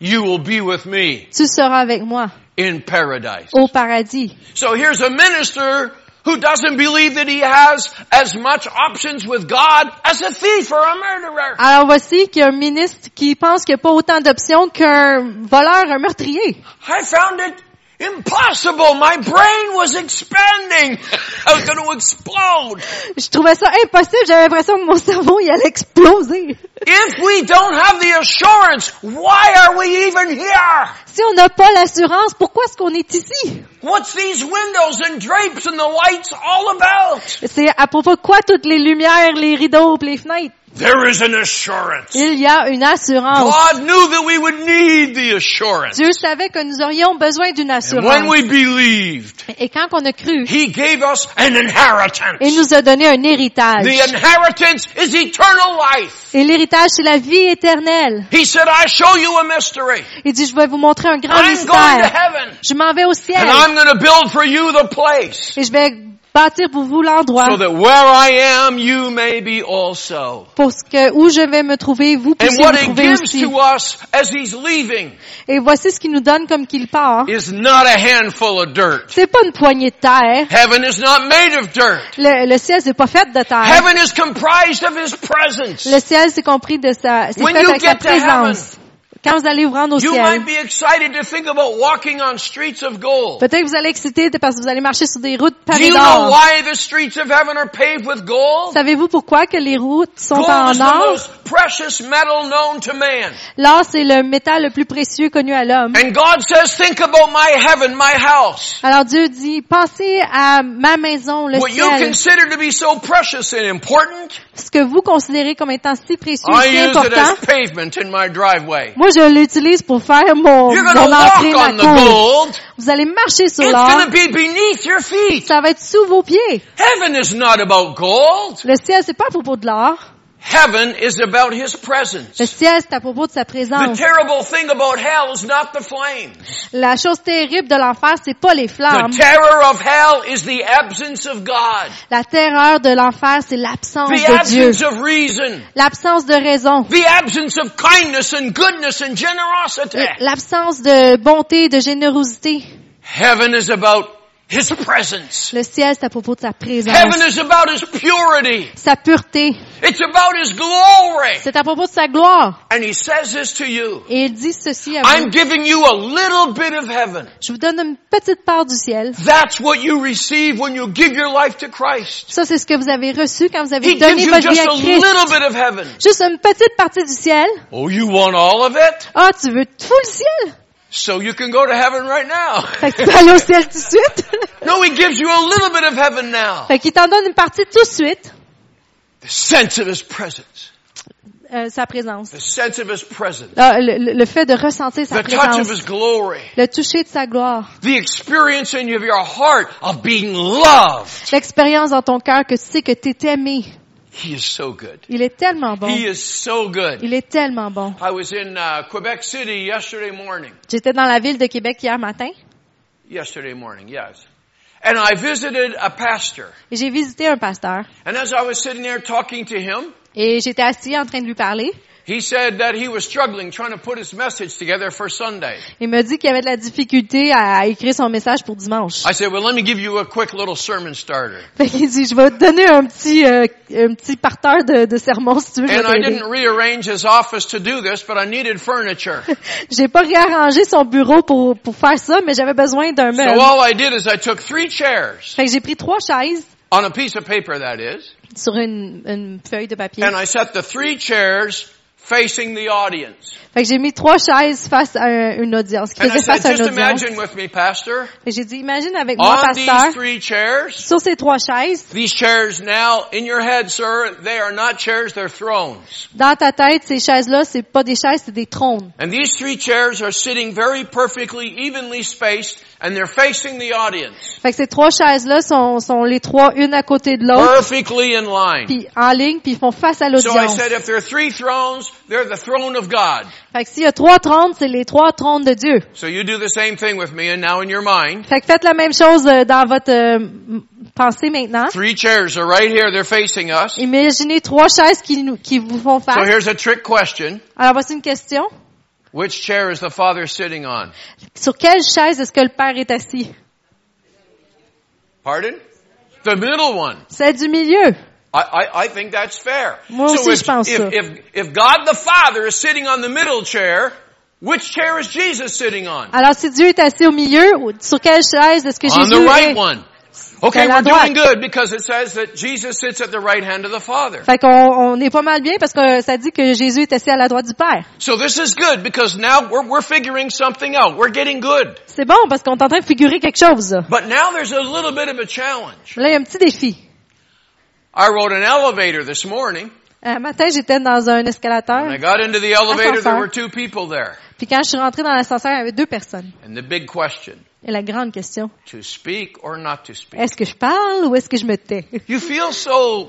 you will be with me tu seras avec moi in paradise. au paradis. So here's a minister who doesn't believe that he has as much options with God as a thief or a murderer. Alors voici qu'il y a un ministre qui pense qu'il n'y a pas autant d'options qu'un voleur, un meurtrier. I found it impossible. My brain was expanding. I was going to explode. Je trouvais ça impossible. J'avais l'impression que mon cerveau il allait exploser. If we don't have the assurance, why are we even here? Si on n'a pas l'assurance, pourquoi est-ce qu'on est ici? What's these windows and drapes and the lights all about? C'est à propos de quoi toutes les lumières, les rideaux, puis les fenêtres? There is an assurance. Il y a une assurance. God knew that we would need the assurance. Dieu savait que nous aurions besoin d'une And when assurance. we believed, Et quand on a cru, He gave us an inheritance. il nous a donné un héritage. The inheritance is eternal life. Et l'héritage, c'est la vie éternelle. He said, I show you a mystery. Il dit, je vais vous montrer un grand I'm going to mystère. heaven. Je m'en vais au ciel. And I'm going to build for you the place. Et je vais bâtir pour vous l'endroit So that where I am, you may be also. pour ce que, où je vais me trouver, vous And puissiez what me it trouver gives aussi. to us as he's leaving Et voici ce qu'il nous donne comme qu'il part. is not a handful of dirt. C'est pas une poignée de terre. Heaven is not made of dirt. Le, le ciel, c'est pas fait de terre. Heaven is comprised of his presence. Le ciel, c'est compris de sa, c'est When fait you avec sa get to heaven, présence. quand vous allez vous rendre au You ciel. might be excited to think about walking on streets of gold. Peut-être que vous allez exciter de- parce que vous allez marcher sur des routes Do pavées you know d'or. why the streets of heaven are paved with gold? Savez-vous pourquoi que les routes sont Gold en is the or? most precious metal known to man. L'or, c'est le métal le plus précieux connu à l'homme. And God says, think about my heaven, my house. Alors Dieu dit, pensez à ma maison, le What you ciel. consider to be so precious and important, Ce que vous considérez comme étant si précieux, I si use it as important, pavement in my driveway. moi je l'utilise pour faire mon, You're mon gonna walk entrée, ma on the cour. gold. Vous allez marcher sur It's l'or. gonna be beneath your feet. Ça va être sous vos pieds. Heaven is not about gold. Le ciel, c'est pas à propos de l'or. Heaven is about His Le presence. ciel, c'est à propos de sa The présence. terrible thing about hell is not the flames. La chose terrible de l'enfer, c'est pas les The flammes. terror of hell is the absence of God. La terreur de l'enfer, c'est l'absence The de Dieu. absence of reason. L'absence de raison. The absence of kindness and goodness and generosity. L'absence de bonté, de générosité. Heaven is about His presence. Le ciel, c'est à propos de sa présence. Heaven is about His purity. Sa pureté. It's about His glory. C'est à propos de sa gloire. And He says this to you. Et il dit ceci à vous. I'm giving you a little bit of heaven. Je vous donne une petite part du ciel. That's what you receive when you give your life to Christ. Ça, c'est ce que vous avez reçu quand vous avez He gives donné you votre vie just à a Christ. little bit of heaven. Juste une petite partie du ciel. Oh, you want all of it? Ah, tu veux tout le ciel? So you can go to heaven right now. Fait que tu peux aller au ciel tout de suite. No, he gives you a little bit of heaven now. fait qu'il t'en donne une partie tout de suite. The sense of his presence. Euh, sa présence. The sense of his presence. Ah, le, le- le fait de ressentir sa The touch of présence. his glory. Le toucher de sa gloire. The experience in of your heart of being loved. L'expérience dans ton cœur que tu sais que tu es aimé. He is so good. Il est tellement bon. He is so good. Il est tellement bon. I was in uh, Quebec City yesterday morning. J'étais dans la ville de Québec hier matin Yesterday morning, yes. And I visited a pastor. et j'ai visité un pasteur. And as I was sitting there talking to him, Et j'étais assis en train de lui parler. he said that he was struggling trying to put his message together for Sunday. Il m'a dit qu'il avait de la difficulté à écrire son message pour dimanche. I said, well, let me give you a quick little sermon starter. Fait qu'il dit, je vais te donner un petit, euh, un petit parterre de, de sermon si tu veux. je vais And I t'aider. didn't rearrange his office to do this, but I needed furniture. J'ai pas réarrangé son bureau pour, pour faire ça, mais j'avais besoin d'un So meuble. all I did is I took three chairs Fait que j'ai pris trois chaises on a piece of paper, that is, sur une, une feuille de papier. and I set the three chairs facing the audience. Fait que j'ai mis trois chaises face à un- une audience, qui And I faisait said, face à une just audience. imagine with me, Pastor, Et j'ai dit, imagine avec moi, on pasteur, these three chairs, sur ces trois chaises, these chairs now in your head, sir, they are not chairs, they're thrones. dans ta tête, ces chaises-là, c'est pas des chaises, c'est des trônes. And these three chairs are sitting very perfectly evenly spaced, and they're facing the audience. Fait que ces trois chaises-là sont, sont les trois une à côté de l'autre, Perfectly in line. puis en ligne, puis ils font face So à I l'audience. said, if there are three thrones, they're the throne of God. Fait que s'il y a trois trônes, c'est les trois trônes de Dieu. So you do the same thing with me, and now in your mind, Fait que faites la même chose euh, dans votre euh, m- pensée maintenant. three chairs are right here, they're facing us. Imaginez trois chaises qui, nous, qui vous font So face. here's a trick question. Alors voici une question. Which chair is the Father sitting on? Sur quelle chaise est-ce que le Père est assis? Pardon? The middle one. C'est du milieu. I, I, I think that's fair. Moi so aussi, if, je pense if, ça. if, if God the Father is sitting on the middle chair, which chair is Jesus sitting on? Alors si Dieu est assis au milieu, ou- sur quelle chaise est-ce que on Jésus the right est? one. Okay, à la we're doing droite. good because it says that Jesus sits at the right hand of the Father. Fait qu'on on est pas mal bien parce que ça dit que Jésus est assis à la droite du Père. So this is good because now we're, we're figuring something out. We're getting good. C'est bon parce qu'on est en train de figurer quelque chose. là. But now there's a little bit of a challenge. Là, il y a un petit défi. I rode an elevator this morning. Un matin, j'étais dans un When I escalateur, got into the elevator, there Ascenseur. were two people there. puis quand je suis rentrée dans l'ascenseur, il y avait deux personnes. And the big question, Et la grande question, to speak or not to speak. est-ce que je parle ou est-ce que je me tais? You feel so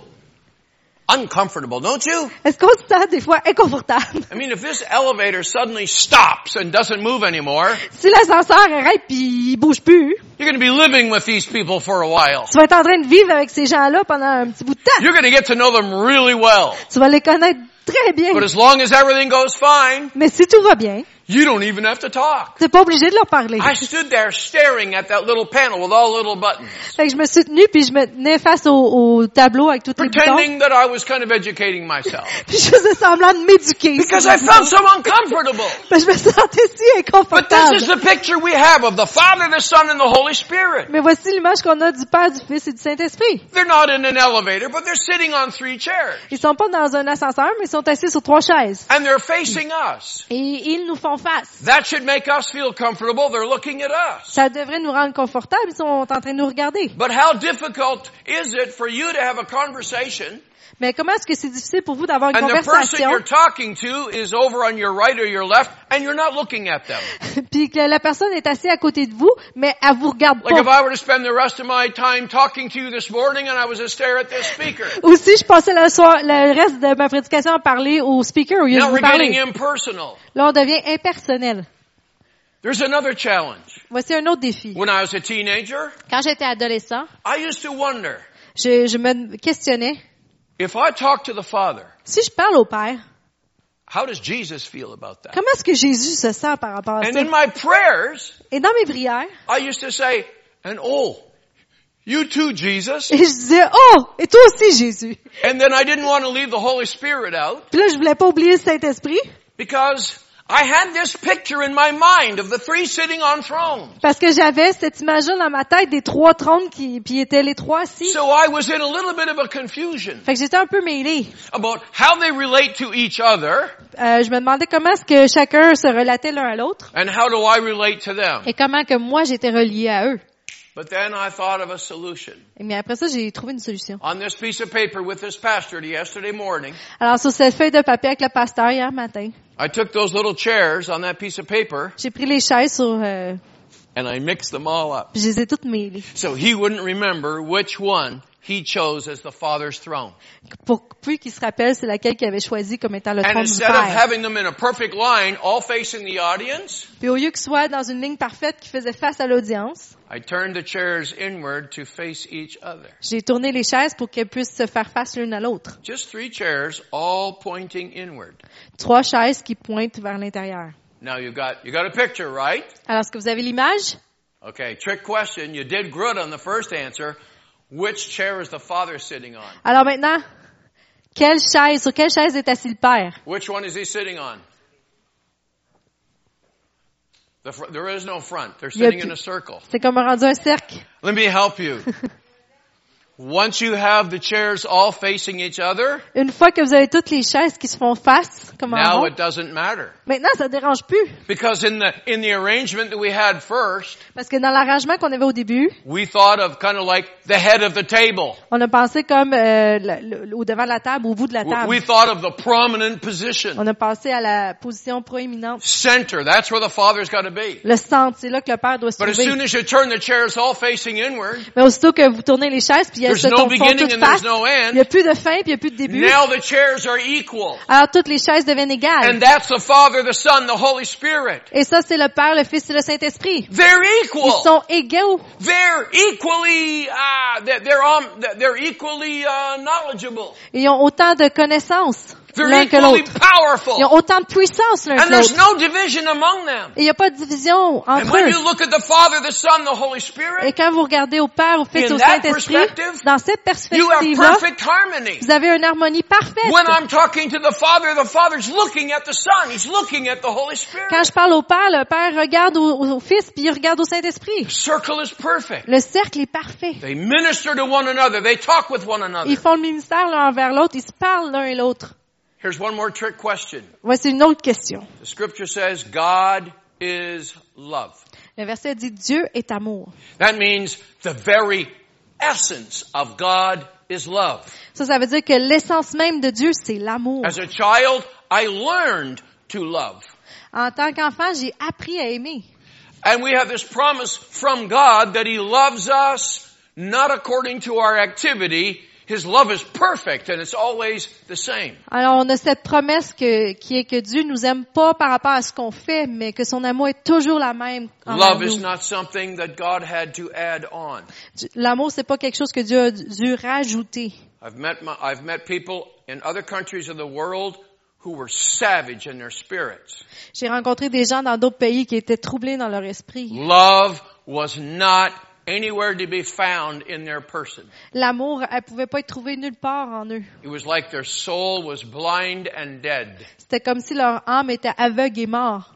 uncomfortable, don't you? Est-ce qu'on se sent des fois inconfortable? I mean, if this elevator suddenly stops and doesn't move anymore, Si l'ascenseur arrête puis il bouge plus, you're going to be living with these people for a while. tu vas être en train de vivre avec ces gens-là pendant un petit bout de temps. You're going to get to know them really well. Tu vas les connaître très bien. But as long as everything goes fine, Mais si tout va bien, you don't even have to talk. t'es pas obligé de leur parler. I stood there staring at that little panel with all the little buttons, Fait que je me suis tenue puis je me tenais face au, au tableau avec tous les boutons. pretending that I was kind of educating myself Puis je faisais semblant de m'éduquer. because I felt so uncomfortable. Ben, je me sentais si But this inconfortable. is the picture we have of the Father, the Son, and the Holy Spirit. Mais voici l'image qu'on a du Père, du Fils et du Saint-Esprit. They're not in an elevator, but they're sitting on three chairs Ils sont pas dans un ascenseur, mais ils sont assis sur trois chaises. and they're facing us. Et ils nous font face. That should make us feel comfortable. They're looking at us. Ça devrait nous rendre confortables. Ils sont en train de nous regarder. But how difficult is it for you to have a conversation Mais comment est-ce que c'est difficile pour vous d'avoir une and the person conversation you're talking to is over on your right or your left and you're not looking at them? puis que la personne est assise à côté de vous, mais elle vous regarde Like if pas? I were to spend the rest of my time talking to you this morning and I was to stare at this speaker, Aussi, je passais le soir, le reste de ma prédication à parler au speaker au lieu de now vous we're getting parler. impersonal. Là, on devient impersonnel. There's another challenge. Voici un autre défi. When I was a teenager, Quand j'étais adolescent, I used to wonder je, je me questionnais, if I talk to the Father, si je parle au Père, how does Jesus feel about that? comment est-ce que Jésus se sent par rapport à And ça? in my prayers, Et dans mes prières, I used to say, and oh, you too, Jesus. et je disais, oh, et toi aussi Jésus. And then I didn't want to leave the Holy Spirit out Puis là, je voulais pas oublier le Saint-Esprit, because I had this picture in my mind of the three sitting on thrones. parce que j'avais cette image-là dans ma tête des trois trônes qui, puis étaient les trois assis. So I was in a little bit of a confusion Fait que j'étais un peu mêlée. about how they relate to each other Euh, je me demandais comment est-ce que chacun se relatait l'un à l'autre and how do I relate to them. et comment que moi j'étais relié à eux. But then I thought of a solution. Mais après ça, j'ai trouvé une solution. On this piece of paper with this pastor yesterday morning, Alors sur cette feuille de papier avec le pasteur hier matin, I took those little chairs on that piece of paper j'ai pris les chaises sur, euh, and I mixed them all up. puis je les ai toutes mêlées So he wouldn't remember which one he chose as the Father's throne. pour plus qu'ils se rappellent c'est laquelle qu'ils avaient choisi comme étant le And trône du instead of Père. having them in a perfect line, all facing the audience, Puis au lieu qu'ils soient dans une ligne parfaite qui faisait face à l'audience, I turned the chairs inward to face each other. j'ai tourné les chaises pour qu'elles puissent se faire face l'une à l'autre. Just three chairs, all pointing inward. Trois chaises qui pointent vers l'intérieur. Now you got, you got a picture, right? Alors est-ce que vous avez l'image? Okay, trick question. You did good on the first answer. Which chair is the Father sitting on? Alors maintenant, quelle chaise, sur quelle chaise est assis le Père? Which one is he sitting on? The fr- there is no front. They're Il y a sitting plus- in a circle. C'est comme rendu un cercle. Let me help you. Once you have the chairs all facing each other, Une fois que vous avez toutes les chaises qui se font face, comme en now rond, it doesn't matter. maintenant ça dérange plus. Because in the, in the arrangement that we had first, Parce que dans l'arrangement qu'on avait au début, we thought of kind of like the head of the table. on a pensé comme euh, le- le- au devant de la table, au bout de la We- table. We thought of the prominent position. On a pensé à la position proéminente. Center, that's where the father's got to be. Le centre, c'est là que le père doit se But as soon trouver. as you turn the chairs all facing inward, Mais aussitôt que vous tournez les chaises, puis elles there's se no tombent font beginning toutes and there's face, no il n'y a end. plus de fin, puis il n'y a plus de début. Now the chairs are equal. Alors toutes les chaises deviennent And égales. that's the Father, the Son, the Holy Spirit. Et ça, c'est le Père, le Fils et le Saint-Esprit. They're Ils equal. sont égaux. They're equally, uh, they're, they're, um, they're equally uh, knowledgeable. Ils ont autant de connaissances They're l'un que equally l'autre. Ils powerful. ont autant de puissance l'un que And there's l'autre. no division among them. Et Il n'y a pas de division And entre when you eux. look at the Father, the Son, the Holy Et Spirit, quand vous regardez au Père, au Fils, In au that Saint-Esprit, perspective, dans cette you have perspective-là, perfect harmony. vous avez une harmonie parfaite. When I'm talking to the Father, the Father's looking at the Son. He's looking at the Holy Quand Spirit. je parle au Père, le Père regarde au, au Fils, puis il regarde au Saint-Esprit. Circle is perfect. Le cercle est parfait. They minister to one another. They talk with one Ils another. font le ministère l'un envers l'autre, ils se parlent l'un et l'autre. Here's one more trick question. Voici une autre question. The scripture says God is love. Le verset dit Dieu est amour. That means the very essence of God is love. Ça, ça veut dire que l'essence même de Dieu, c'est l'amour. As a child, I learned to love. En tant qu'enfant, j'ai appris à aimer. And we have this promise from God that He loves us not according to our activity. His love is perfect and it's always the same. Alors, on a cette promesse que- qui est que Dieu nous aime pas par rapport à ce qu'on fait, mais que son amour est toujours la même. envers Love nous. is not something that God had to add on. Du- L'amour, c'est pas quelque chose que Dieu a dû rajouter. I've met my, I've met people in other countries of the world who were savage in their spirits. J'ai rencontré des gens dans d'autres pays qui étaient troublés dans leur esprit. Love was not anywhere to be found in their person. L'amour, elle pouvait pas être trouvée nulle part en eux. It was like their soul was blind and dead, C'était comme si leur âme était aveugle et mort.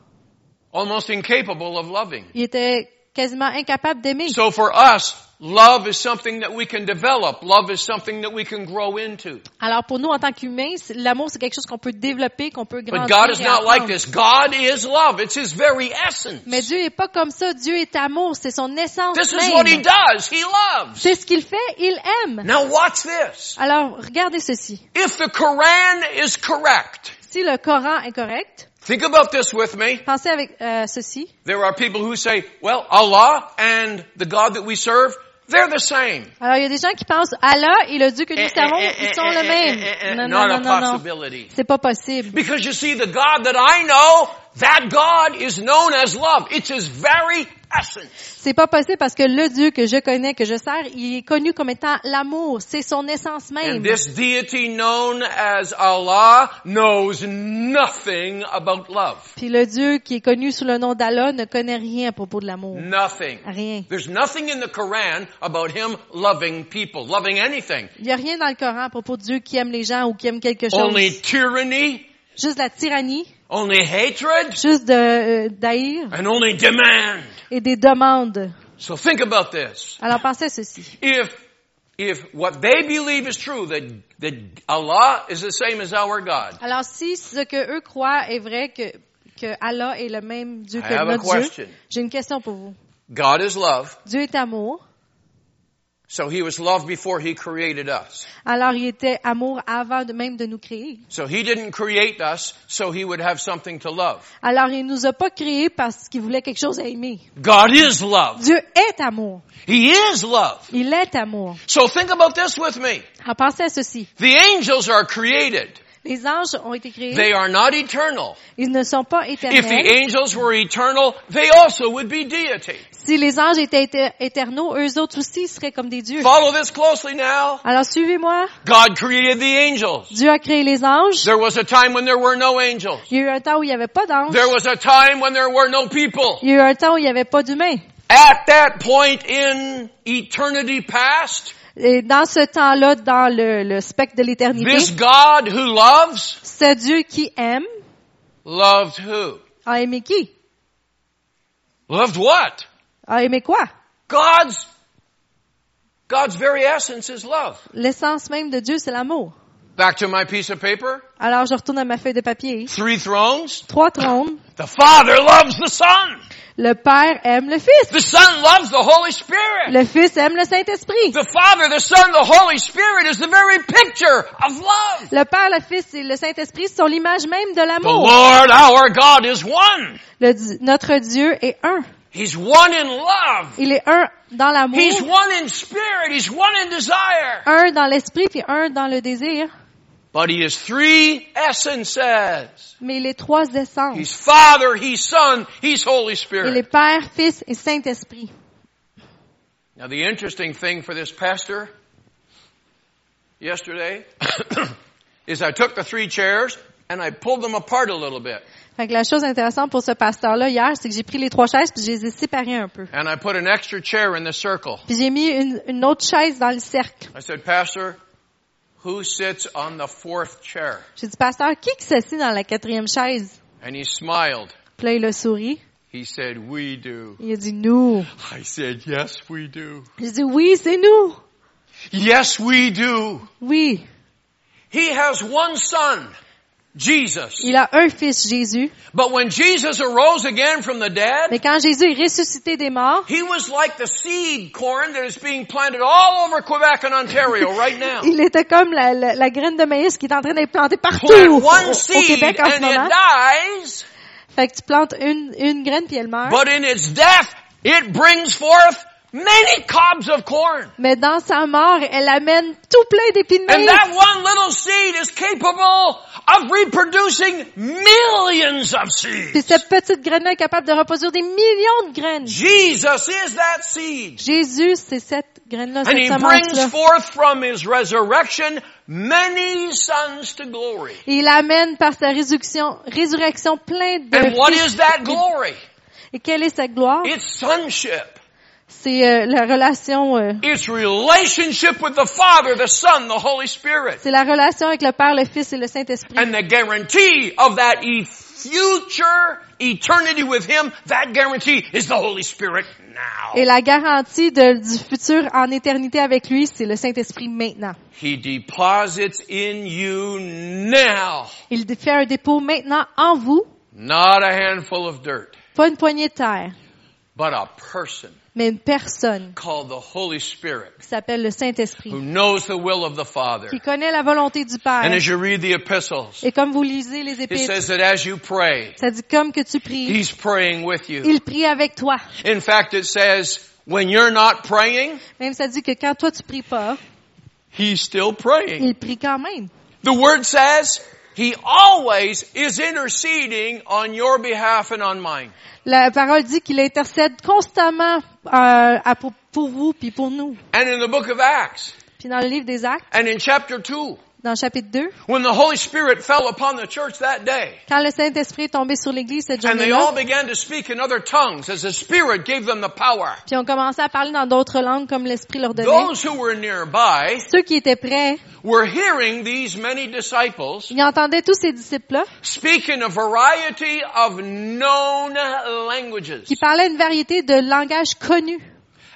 almost incapable of loving. Ils étaient quasiment incapables d'aimer. So for us, love is something that we can develop. Love is something that we can grow into. Alors pour nous, en tant qu'humains, c'est- l'amour, c'est quelque chose qu'on peut développer, qu'on peut grandir. But God et is not apprendre. like this. God is love. It's His very essence. Mais Dieu est pas comme ça. Dieu est amour. C'est son essence This is même. what He does. He loves. C'est ce qu'il fait. Il aime. Now watch this. Alors, regardez ceci. If the Quran is correct, Si le Coran est correct, think about this with me. pensez avec euh, ceci. There are people who say, well, Allah and the God that we serve, they're the same. Alors, il y a des gens qui pensent, Allah et le Eh, Dieu que nous servons, ils sont le même. Non, non, Not a non, non, non. possibility. C'est pas possible. Because you see, the God that I know, that God is known as love. It's His very essence. C'est pas possible parce que le Dieu que je connais, que je sers, il est connu comme étant l'amour. C'est son essence And même. this deity known as Allah knows nothing about love. Puis le Dieu qui est connu sous le nom d'Allah ne connaît rien à propos de l'amour. Nothing. Rien. There's nothing in the Quran about Him loving people, loving anything. Il n'y a rien dans le Coran à propos de Dieu qui aime les gens ou qui aime quelque chose. Only tyranny, Juste de la tyrannie, only hatred, juste de euh, d'haïr and only demand. et des demandes. So think about this. Alors pensez à ceci. If, if what they believe is true, that, that Allah is the same as our God, Alors si ce que eux croient est vrai que que Allah est le même Dieu I que have a notre Dieu, question. j'ai une question pour vous. God is love, Dieu est amour. so He was love before He created us. Alors il était amour avant de même de nous créer. So He didn't create us so He would have something to love. Alors il nous a pas créés parce qu'il voulait quelque chose à aimer. God is love. Dieu est amour. He is love. Il est amour. So think about this with me. Alors pensez à ceci. The angels are created. Les anges ont été créés. They are not eternal. Ils ne sont pas If the éternels. angels were eternal, they also would be deity. Si les anges étaient éter- éternaux, eux autres aussi seraient comme des dieux. Follow this closely now. Alors suivez-moi. God created the angels. Dieu a créé les anges. There was a time when there were no angels. Il y a eu un temps où il n'y avait pas d'anges. There was a time when there were no people. Il y a eu un temps où il n'y avait pas d'humains. At that point in eternity past, Et dans ce temps-là, dans le, le spectre de l'éternité, this God who loves, ce Dieu qui aime loved who? a aimé qui? Loved what? A aimé quoi? God's, God's very essence is love. L'essence même de Dieu, c'est l'amour. Back to my piece of paper. Alors je retourne à ma feuille de papier. Three thrones. Trois trônes. The Father loves the Son. Le Père aime le Fils. The Son loves the Holy Spirit. Le Fils aime le Saint-Esprit. The Father, the Son, the Holy Spirit is the very picture of love. Le Père, le Fils et le Saint-Esprit sont l'image même de The l'amour. Lord our God is one. Le Di- notre Dieu est un. He's one in love. Il est un dans l'amour, He's one in spirit. He's one in desire. un dans l'esprit, puis un dans le désir. But he is three essences. Mais il est trois essences. He's Father, He's Son, He's Holy Il est Spirit. Père, Fils et Saint-Esprit. Now the interesting thing for this pastor yesterday is I took the three chairs and I pulled them apart a little bit. Fait que la chose intéressante pour ce pasteur-là hier, c'est que j'ai pris les trois chaises puis je les ai séparées un peu. And I put an extra chair in the circle. Puis j'ai mis une, une autre chaise dans le cercle. I said, Pastor, who sits on the fourth chair? J'ai dit, pasteur, qui qui s'assit dans la quatrième chaise? And he smiled. Puis là, il a souri. He said, We do. Il a dit, nous. I said, Yes, we do. J'ai dit, oui, c'est nous. Yes, we do. Oui. He has one son, Jesus. Il a un fils, Jésus. But when Jesus arose again from the dead, Mais quand Jésus est ressuscité des morts, he was like the seed corn that is being planted all over Quebec and Ontario right now. il était comme la, la- la graine de maïs qui est en train d'être plantée partout Plant au, au- one au seed Québec en ce and moment. it dies, Fait que tu plantes une, une graine puis elle meurt. but in its death, it brings forth many cobs of corn. Mais dans sa mort, elle amène tout plein d'épis de And maïs. that one little seed is capable of reproducing millions of seeds. Puis cette petite graine-là est capable de reproduire des millions de graines. Jesus is that seed. Jésus, c'est cette graine-là, And cette he brings semence-là. forth from his resurrection many sons to glory. Et il amène par sa résurrection, résurrection plein de And what fils. is that glory? Et quelle est sa gloire? It's sonship. C'est euh, la relation, euh, It's relationship with the Father, the Son, the Holy Spirit. c'est la relation avec le Père, le Fils et le Saint-Esprit. And the guarantee of that e- future eternity with Him, that guarantee is the Holy Spirit now. Et la garantie de- du futur en éternité avec lui, c'est le Saint-Esprit maintenant. He deposits in you now, Il dé- fait un dépôt maintenant en vous, not a handful of dirt, pas une poignée de terre, but a person mais une personne called the Holy Spirit qui s'appelle le Saint-Esprit, who knows the will of the Father. qui connaît la volonté du Père. And as you read the epistles, Et comme vous lisez les it épîtres, says that as you pray, ça dit comme que tu pries, He's praying with you. il prie avec toi. In fact, it says, when you're not praying, Même ça dit que quand toi tu pries pas, He's still praying. il prie quand même. The Word says He always is interceding on your behalf and on mine. La parole dit qu'il intercède constamment euh, à- pour, pour vous puis pour nous. And in the book of Acts Puis dans le livre des Actes, and in chapter 2, dans le chapitre 2, when the Holy Spirit fell upon the church that day, quand le Saint-Esprit est tombé sur l'Église cette and they all journée-là, began to speak in other tongues as the Spirit gave them the power, puis on commençait à parler dans d'autres langues comme l'Esprit leur donnait. those who were nearby Ceux qui étaient prêts, were hearing these many disciples ils entendaient tous ces disciples-là speak in a variety of known languages. qui parlaient une variété de langages connus.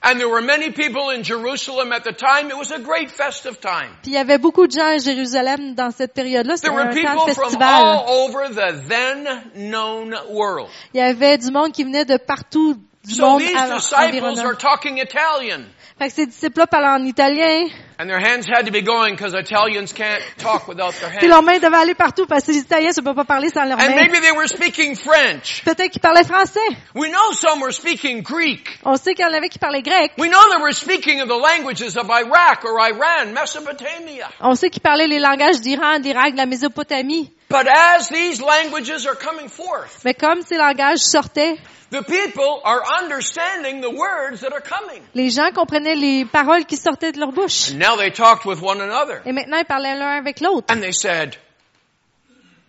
And there were many people in Jerusalem at the time. It was a great festive time. Puis il y avait beaucoup de gens à Jérusalem dans cette période-là. C'était There were un temps de people from festival. all over the then known world. Il y avait du monde qui venait de partout du So monde these à- disciples environnant. are talking Italian. Fait que ces disciples-là parlaient en italien. And their hands had to be going because Italians can't talk without their Puis leurs hands. mains devaient aller partout parce que les Italiens ne peuvent pas parler sans leurs And mains. maybe they were speaking French. Peut-être qu'ils parlaient français. We know some were speaking Greek. On sait qu'il y en avait qui parlaient grec. We know they were speaking in the languages of Iraq or Iran, Mesopotamia. On sait qu'ils parlaient les langages d'Iran, d'Irak, de la Mésopotamie. But as these languages are coming forth, Mais comme ces langages sortaient, the people are understanding the words that are coming. les gens comprenaient les paroles qui sortaient de leur bouche. Now they talked with one another. Et maintenant, ils parlaient l'un avec l'autre. And they said,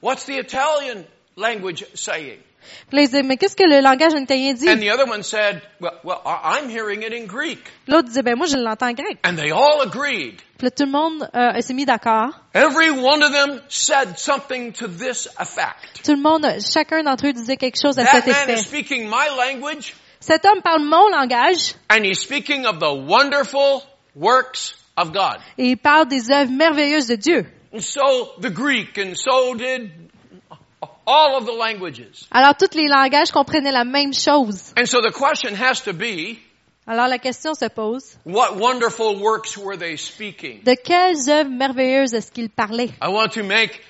What's the Italian language saying? Puis là, ils disaient, mais qu'est-ce que le langage en italien dit? And the other one said, Well, well I- I'm hearing it in Greek. L'autre disait, ben moi, je l'entends en grec. And they all agreed. Puis là, tout le monde euh, s'est mis d'accord. Every one of them said something to this effect. Tout le monde, chacun d'entre eux disait quelque chose à That cet man effet. is speaking my language, Cet homme parle mon langage and he's speaking of the wonderful works of God. et il parle des œuvres merveilleuses de Dieu. And so the Greek, and so did all of the languages. Alors, tous les langages comprenaient la même chose. And so the question has to be, Alors, la question se pose, what wonderful works were they speaking? de quelles œuvres merveilleuses est-ce qu'il parlait? I want to make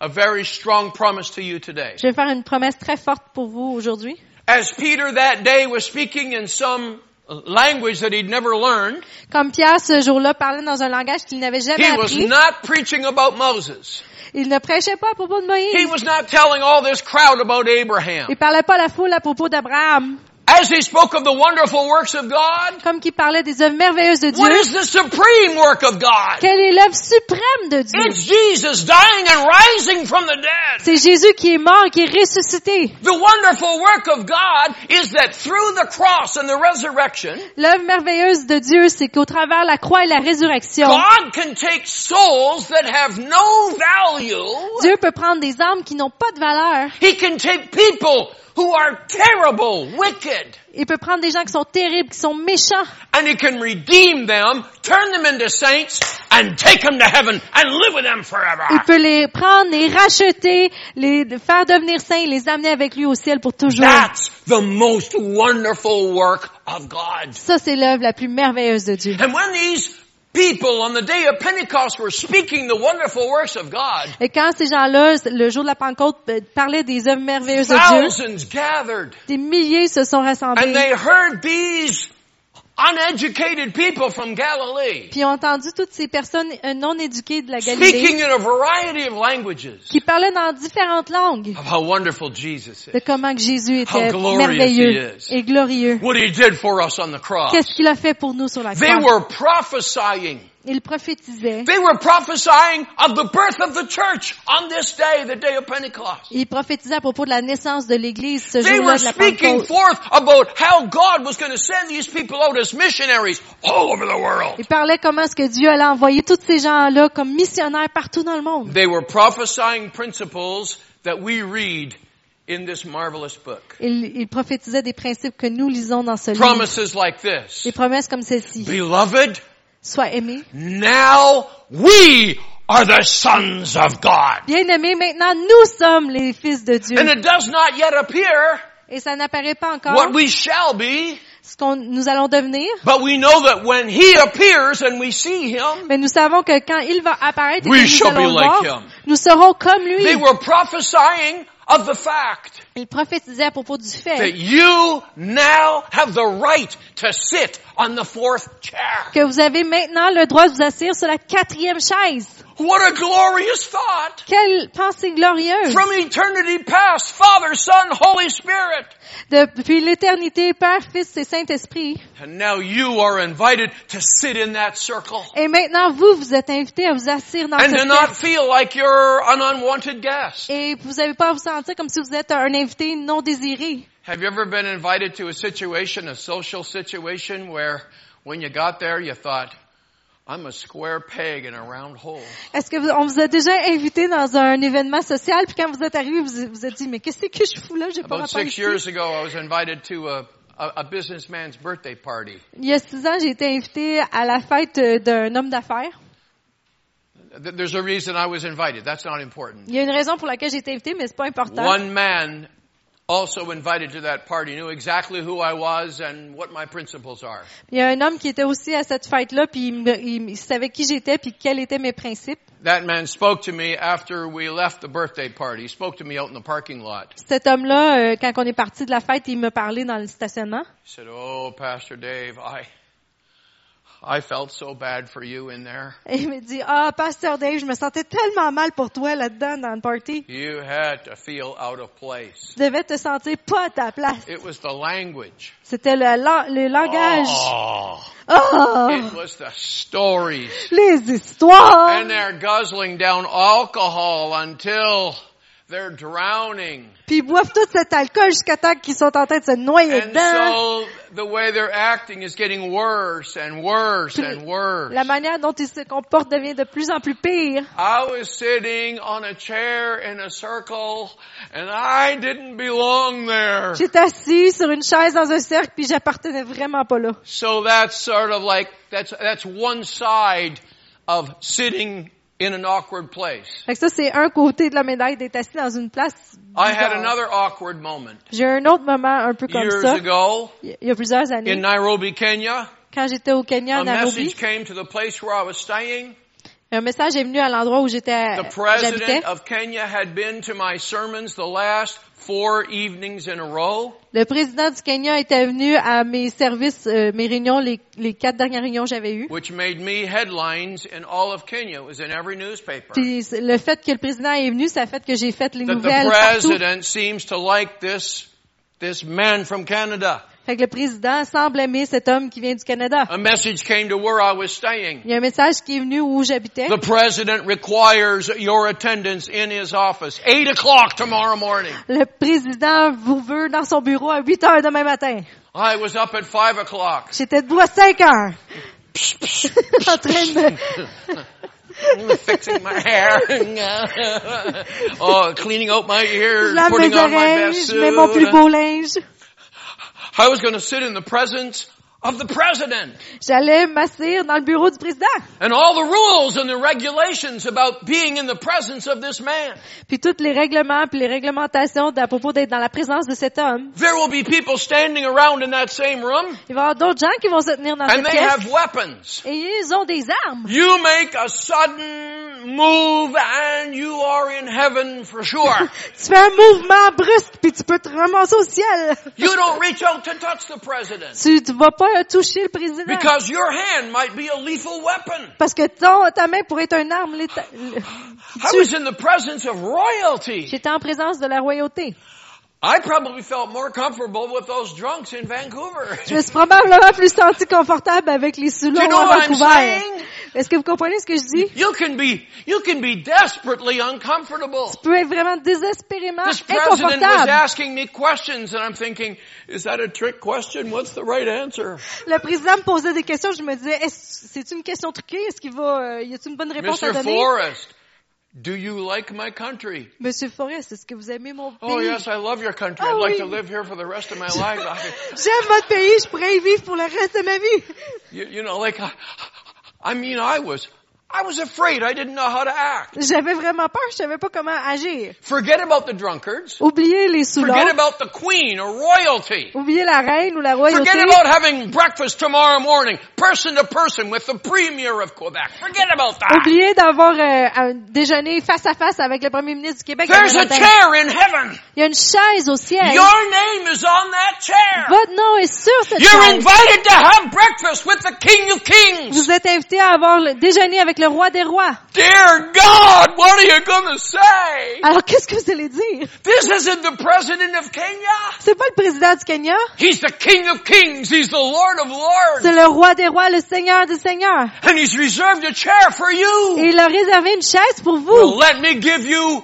a very strong promise to you today. Je vais faire une promesse très forte pour vous aujourd'hui. As Peter that day was speaking in some language that he'd never learned, Comme Pierre, ce jour-là, parlait dans un langage qu'il n'avait jamais he was appris, not preaching about Moses. il ne prêchait pas à propos de Moïse. He was not telling all this crowd about Abraham. Il parlait pas à la foule à propos d'Abraham. As he spoke of the wonderful works of God, Comme qu'il parlait des œuvres merveilleuses de what Dieu, is the supreme work of God? quelle est l'œuvre suprême de Dieu? It's Jesus dying and rising from the dead. C'est Jésus qui est mort, qui est ressuscité. The wonderful work of God is that through the cross and the resurrection, L'œuvre merveilleuse de Dieu, c'est qu'au travers de la croix et la résurrection, God can take souls that have no value Dieu peut prendre des âmes qui n'ont pas de valeur. He can take people who are terrible, wicked, Il peut prendre des gens qui sont terribles, qui sont méchants, and he can redeem them, turn them into saints, and take them to heaven and live with them forever. Il peut les prendre, les racheter, les faire devenir saints, et les amener avec lui au ciel pour toujours. That's the most wonderful work of God. Ça, c'est l'œuvre la plus merveilleuse de Dieu. And when these people on the day of Pentecost were speaking the wonderful works of God, Et quand ces gens-là, le jour de la Pentecôte, euh, parlaient des œuvres merveilleuses de Dieu, thousands gathered des milliers se sont and rassemblés they heard these uneducated people from Galilee, Puis ils ont entendu toutes ces personnes euh, non éduquées de la Galilée speaking in a variety of languages qui parlaient dans différentes langues of how wonderful Jesus de is, comment que Jésus était How glorious merveilleux he is. et glorieux. what he did for us on the cross. Qu'est-ce qu'il a fait pour nous sur la They croix? were prophesying. Il prophétisait. They were prophesying of the birth of the church on this day, the day of Pentecost. Il prophétisait à propos de la naissance de l'Église ce They jour-là were de la speaking Pentecôte. forth about how God was going to send these people out as missionaries all over the world. Il parlait comment est-ce que Dieu allait envoyer tous ces gens-là comme missionnaires partout dans le monde. They were prophesying principles that we read in this marvelous book. Il, il prophétisait des principes que nous lisons dans ce livre. Promises like this. Des promesses comme celle-ci. Beloved, Sois aimé. now we are the sons of God. Bien aimé, maintenant nous sommes les fils de Dieu. And it does not yet appear Et ça n'apparaît pas encore what we shall be, ce qu'on nous allons devenir. but we know that when He appears and we see Him, Mais nous savons que quand il va apparaître, et We que nous shall be allons le like voir, him. nous serons comme lui. they were prophesying of the fact Il prophétisait à propos du that fait you now have the right to sit on the fourth chair. que vous avez maintenant le droit de vous asseoir sur la quatrième chaise. What a glorious thought! Quelle pensée glorieuse! from eternity past, Father, Son, Holy Spirit. Depuis l'éternité, Père, Fils et Saint-Esprit. And now you are invited to sit in that circle Et maintenant, vous, vous êtes invités à vous asseoir dans and cette to not feel like you're an unwanted guest. Et vous n'avez pas à vous sentir comme si vous êtes un invité non désiré. Have you ever been invited to a situation, a social situation where when you got there you thought, I'm a square peg in a round hole. Est-ce que vous- on vous a déjà invité dans un événement social, puis quand vous êtes arrivé, vous vous êtes dit, mais qu'est-ce que je fous là? J'ai pas About rapport six ici. years ago I was invited to a, a, a businessman's birthday party. Il y a six ans, j'ai été invitée à la fête euh, d'un homme d'affaires. Th- There's a reason I was invited. That's not important. Il y a une raison pour laquelle j'ai été invitée, mais c'est pas important. One man also invited to that party knew exactly who I was and what my principles are. Il y a un homme qui était aussi à cette fête-là, puis il, me- il- il savait qui j'étais, puis quels étaient mes principes. That man spoke to me after we left the birthday party. He spoke to me out in the parking lot. Cet homme-là, euh, quand on est parti de la fête, il me parlait dans le stationnement. He said, "Oh, Pastor Dave, I I felt so bad for you in there. Et il me dit, ah, Pasteur Dave, je me sentais tellement mal pour toi là-dedans dans le party. You had to feel out of place. Tu devais te sentir pas à ta place. It was the language. C'était le, la- le langage. Oh, Ah! it was the stories. les histoires. And they're guzzling down alcohol until they're drowning. Puis ils boivent tout cet alcool jusqu'à temps qu'ils sont en train de se noyer And dedans. so the way they're acting is getting worse and worse and worse. La manière dont ils se comportent devient de plus en plus pire. I was sitting on a chair in a circle and I didn't belong there. J'étais assis sur une chaise dans un cercle puis j'appartenais vraiment pas là. So that's sort of like, that's, that's one side of sitting in an awkward place. Fait que ça, c'est un côté de la médaille d'être assis dans une place. I had bizarre. another awkward moment J'ai eu un autre moment un peu comme years ça. ago Il y a plusieurs in années, Nairobi, Kenya. quand j'étais au Kenya, A en Mm-hmm. Nairobi, message came to the place where I was staying. un message est venu à l'endroit où j'étais, The j'habitais. president of Kenya had been to my sermons the last four evenings in a row. Le président du Kenya était venu à mes services, euh, mes réunions, les, les quatre dernières réunions que j'avais eues. which made me headlines in all of Kenya. It was in every newspaper. Puis c- le fait que le président est venu, ça a fait que j'ai fait les That nouvelles the partout. president seems to like this, this man from Canada. Fait que le président semble aimer cet homme qui vient du Canada. A message came to where I was Il staying. y a un message qui est venu où j'habitais. The president requires your attendance in his office. Eight o'clock tomorrow morning. Le président vous veut dans son bureau à 8 heures demain matin. I was up at five o'clock. J'étais debout à 5 heures. en train de... Fixing my hair. oh, cleaning out my Je ears, lave putting mes on my oreilles, best je mets mon plus suit. beau linge. I was going to sit in the presence of the president. J'allais m'asseoir dans le bureau du président. And all the rules and the regulations about being in the presence of this man. Puis tous les règlements, puis les réglementations à propos d'être dans la présence de cet homme. There will be people standing around in that same room Il va y avoir d'autres gens qui vont se tenir dans and cette they pièce. have weapons. Et ils ont des armes. You make a sudden move and you are in heaven for sure. Tu fais un mouvement brusque puis tu peux te ramasser au ciel. You don't reach out to touch the president Tu ne vas pas euh, toucher le président. because your hand might be a lethal weapon. Parce que ton, ta main pourrait être une arme. léta- le- I was in the presence of royalty. J'étais en présence de la royauté. I probably felt more comfortable with those drunks in Vancouver. Je me suis probablement plus senti confortable avec les You sous know à what I'm Vancouver. saying? Est-ce que vous comprenez ce que je dis? You can be, you can be desperately uncomfortable. Tu peux être vraiment désespérément This president was inconfortable. asking me questions and I'm thinking, is that a trick question? What's the right answer? Le président me posait des questions, je me disais, est-ce- c'est une question truquée? Est-ce qu'il va, euh, y a-t-il une bonne réponse à Mr. donner? Forrest, do you like my country? Monsieur Forest, est-ce que vous aimez mon pays? Oh yes, I love your country. Oh, I'd like oui. to live here for the rest of my life. I- J'aime votre pays, je pourrais y vivre pour le reste de ma vie. you, you know, like, I, I mean, I was, I was afraid. I didn't know how to act. J'avais vraiment peur, je savais pas comment agir. Forget about the drunkards. Oubliez Forget les soulons, about the queen or royalty. oubliez la reine ou la royauté. Forget about having breakfast tomorrow morning, person to person with the premier of Quebec. Forget about that. Oubliez d'avoir euh, un déjeuner face à face avec le premier ministre du Québec. There's demain a matin. chair in heaven. Il y a une chaise au ciel. Your name is on that chair. Votre nom est sur cette You're chaise. invited to have breakfast with the King of Kings. Vous êtes invité à avoir le déjeuner avec le roi des rois. Dear God, what are you gonna say? Alors qu'est-ce que vous allez dire? This isn't the president of Kenya. C'est pas le président du Kenya. He's the King of Kings. He's the Lord of Lords. C'est le roi des rois, le seigneur des seigneurs. And he's reserved a chair for Et you. il a réservé une chaise pour Well, vous. let me give you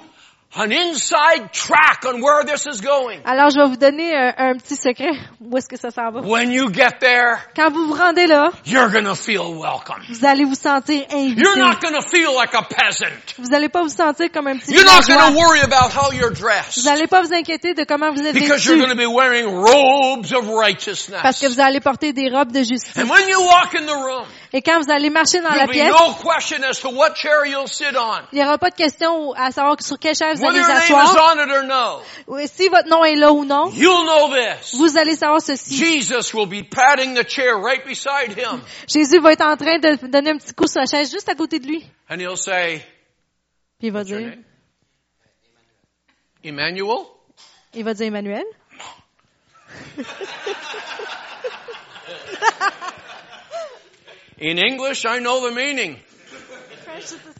an inside track on where this is going. Alors je vais vous donner un, un petit secret. Où est-ce que ça s'en va? When you get there, Quand vous vous rendez là, you're gonna feel welcome. vous allez vous sentir invité. You're not gonna feel like a peasant. Vous n'allez pas vous sentir comme un petit You're not bourgeois. gonna worry about how you're Vous dressed. n'allez pas vous inquiéter de comment vous êtes Because you're vêtu. gonna be wearing robes of Parce que righteousness. vous allez porter des robes de justice. And when you walk in the room, Et quand vous allez marcher dans la There'll be pièce, no question as to what chair you'll sit on, il n'y aura pas de question à savoir sur quelle chaise vous whether your allez vous name is asseoir. on it or no. Oui, si votre nom est là ou non, You'll know this. vous allez savoir ceci. Jesus will be patting the chair right beside him, Jésus va être en train de donner un petit coup sur la chaise juste à côté de lui. and he'll say, Puis il va What's your dire, name? Emmanuel? il va dire Emmanuel. In English, I know the meaning.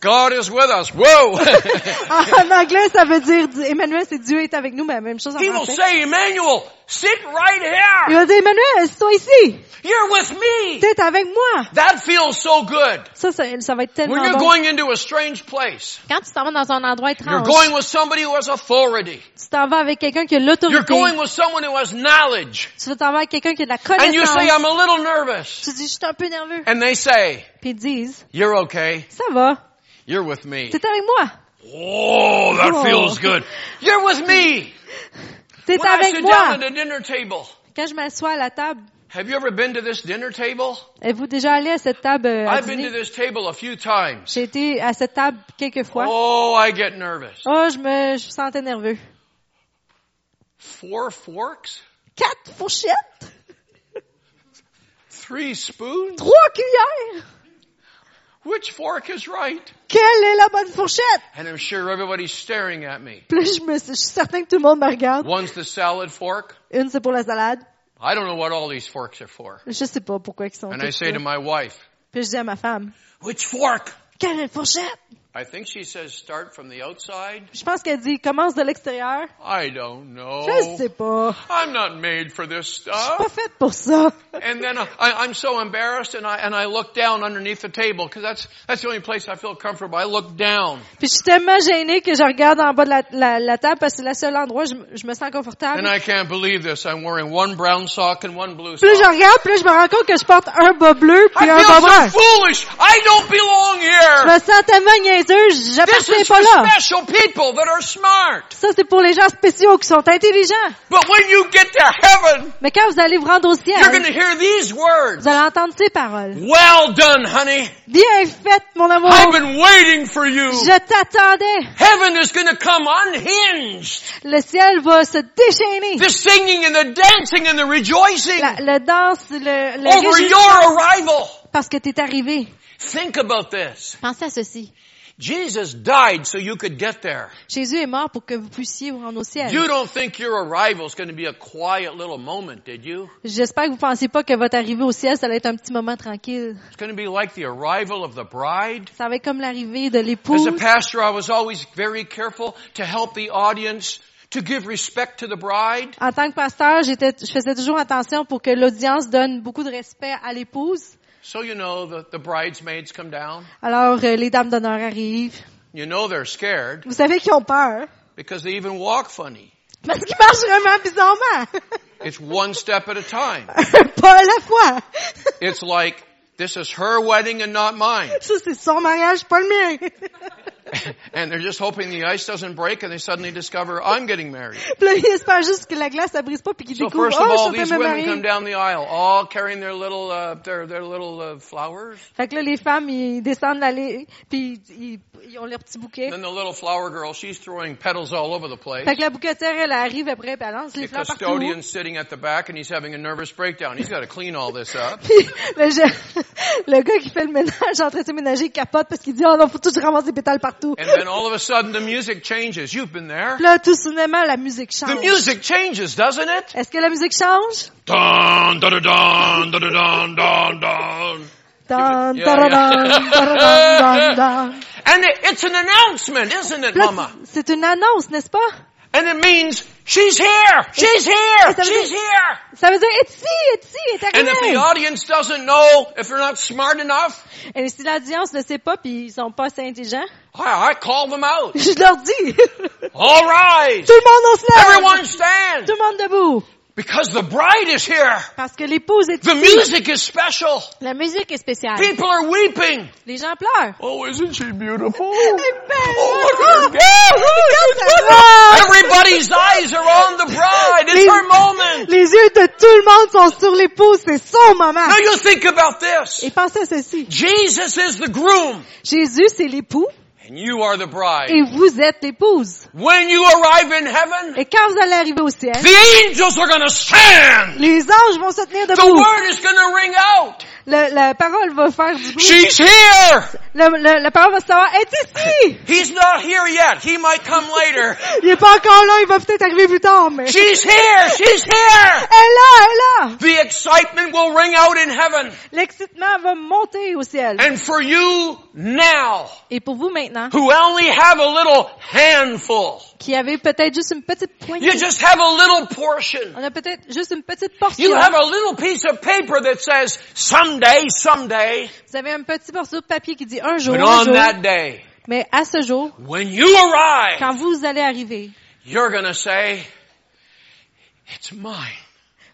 God is with us. Whoa! En anglais, ça veut dire Di- Emmanuel, c'est Dieu est avec nous, mais la même chose en he will français. say, Emmanuel, sit right Il here. va dire Emmanuel, sois ici. You're with me. T'es avec moi. That feels so good. Ça, ça, ça va être tellement When you're bon. going into a strange place, Quand tu t'en vas dans un endroit you're étrange, going with somebody who has authority. tu t'en vas avec quelqu'un qui a You're l'autorité. going with someone who has knowledge. Tu t'en vas avec quelqu'un qui a de la And you connaissance. say, I'm a little nervous. Tu dis, je suis un peu nerveux. And they say, Puis ils disent, you're okay. ça va. You're with me. T'es avec moi. Oh, that Oh. feels good. You're with me. T'es When I avec sit down moi. at a dinner table, Quand je m'assois à la table, have you ever been to this dinner table? êtes-vous déjà allé à cette table euh, à I've been dîner? to this table a few times. J'ai été à cette table quelques fois. Oh, Oh, I get nervous. je me, je me sentais nerveux. Four forks? Quatre fourchettes, Three spoons? trois cuillères. Which fork is right? Quelle est la bonne fourchette? And I'm sure everybody's staring at me. Puis là, je, me, je suis certain que tout le monde me regarde. One's the salad fork. Une, c'est pour la salade. I don't know what all these forks are for. Je sais pas pourquoi ils sont And tous I say là. to my wife, Puis je dis à ma femme, which fork? quelle est la fourchette? I think she says start from the outside. Je pense qu'elle dit, commence de l'extérieur. I don't know. Je sais pas. I'm not made for this Je suis pas stuff. faite pour ça. And then I, I'm so embarrassed and I, and I look down underneath the table because that's, that's the only place I feel comfortable. I look down Puis je suis tellement gênée que je regarde en bas de la, la- la table parce que c'est le seul endroit où je, me- je me sens confortable. and I can't believe this. I'm wearing one brown sock and one blue Puis là, sock. je regarde, puis là, je me rends compte que je porte un bas bleu I puis un bas brun. feel so foolish. I don't belong Je here. me sens tellement niaiseuse, This j'appartiens is for pas là. special people that are smart. Ça, c'est pour les gens spéciaux qui sont intelligents. But when you get to heaven, Mais quand vous allez vous rendre au you're going ciel, to hear these vous words. allez entendre ces paroles. Well done, honey. Bien faite, mon amour. I've been waiting for you. Je t'attendais. Heaven is going to come unhinged. Le ciel va se déchaîner. The singing and the dancing and the rejoicing La- le danse, le, le over réjouissement your arrival. parce que t'es arrivé. Think about this. Pensez à ceci. Jesus died so you could get there. Jésus est mort pour que vous puissiez vous rendre au ciel. You don't think your arrival is going to be a quiet little moment, did you? J'espère que vous pensez pas que votre arrivée au ciel, ça va être un petit moment tranquille. It's going to be like the arrival of the bride. Ça va être comme l'arrivée de As l'épouse. a pastor, I was always very careful to help the audience to give respect to the bride. En tant que pasteur, j'étais, je faisais toujours attention pour que l'audience donne beaucoup de respect à l'épouse. So you know the, the bridesmaids come down. Alors, euh, les dames d'honneur arrivent. You know they're scared Vous savez qu'ils ont peur. because they even walk funny. Parce qu'ils marchent vraiment bizarrement. It's one step at a time. Pas à la fois. It's like, this is her wedding and not mine. Ça, c'est son mariage, pas le mien. And they're just hoping the ice doesn't break and they suddenly discover I'm getting married. Puis là, il espère juste que la glace, ça brise pas puis qu'il So découvre, first of all, oh, je these suis me women come marier. down the aisle, all carrying their little, uh, their, their little uh, flowers. Fait que là, les femmes, ils descendent l'allée puis ils, ils ont leur petit bouquet. Then the little flower girl, she's throwing petals all over the place. Fait que la bouquetière, elle arrive après, puis elle lance les The fleurs partout. custodian's sitting at the back and he's having a nervous breakdown. He's got to clean all this up. Puis le, je- le gars qui fait le ménage, entretien ménager, il capote parce qu'il dit, oh non, faut tout, je ramasse des pétales partout. And then all of a sudden the music changes. You've been there. Puis là, tout soudainement, la musique The change. music changes, doesn't it? Est-ce que la musique change? Dun, dun, dun, dun, dun, dun, dun, dun. Dan, Yeah, yeah. dan, dan, dan, dan, dan, dan. And it, it's an announcement, isn't it, Puis là, Mama? c'est une annonce, n'est-ce pas? And it means she's here, she's here, doesn't she's it- here. Ça veut dire, et si, et si, et And if the arrivée. audience doesn't know, if they're not smart enough, Et si l'audience ne sait pas, puis ils sont pas assez intelligents, I, I call them out. je leur dis, tout All rise, le monde, on se lève! everyone stand, Tout le monde debout! because the bride is here. Parce que l'épouse est The music is special. La musique est spéciale. People are weeping. Les gens pleurent. Oh, isn't she beautiful? Elle est belle. Oh, look at Regarde sa robe. Everybody's eyes are on the bride. It's her moment. Les yeux de tout le monde sont sur l'épouse, c'est son moment. Now you think about this. Et pensez à ceci. Jesus is the groom, Jésus, c'est l'époux, and you are the bride. et vous êtes l'épouse. When you arrive in heaven, Et quand vous allez arriver au ciel, the angels are gonna stand. les anges vont se tenir The debout. word is gonna ring out. Le- la parole va faire du bruit. She's here. Le- le- la parole va se savoir, est ici! He's not here yet. He might come later. Il est pas encore là, il va peut-être arriver plus tard, mais... She's here. She's here. Elle est là, elle est là! The excitement will ring out in heaven. L'excitement va monter au ciel. And for you now, Et pour vous maintenant, who only have a little handful, qui avez peut-être juste une petite poignée, you just have a little portion. on a peut-être juste une petite portion. You have a little piece of paper that says, someday, someday, Vous avez un petit morceau de papier qui dit un jour, but un on jour. that day, Mais à ce jour, when you arrive, quand vous allez arriver, you're gonna say, it's mine.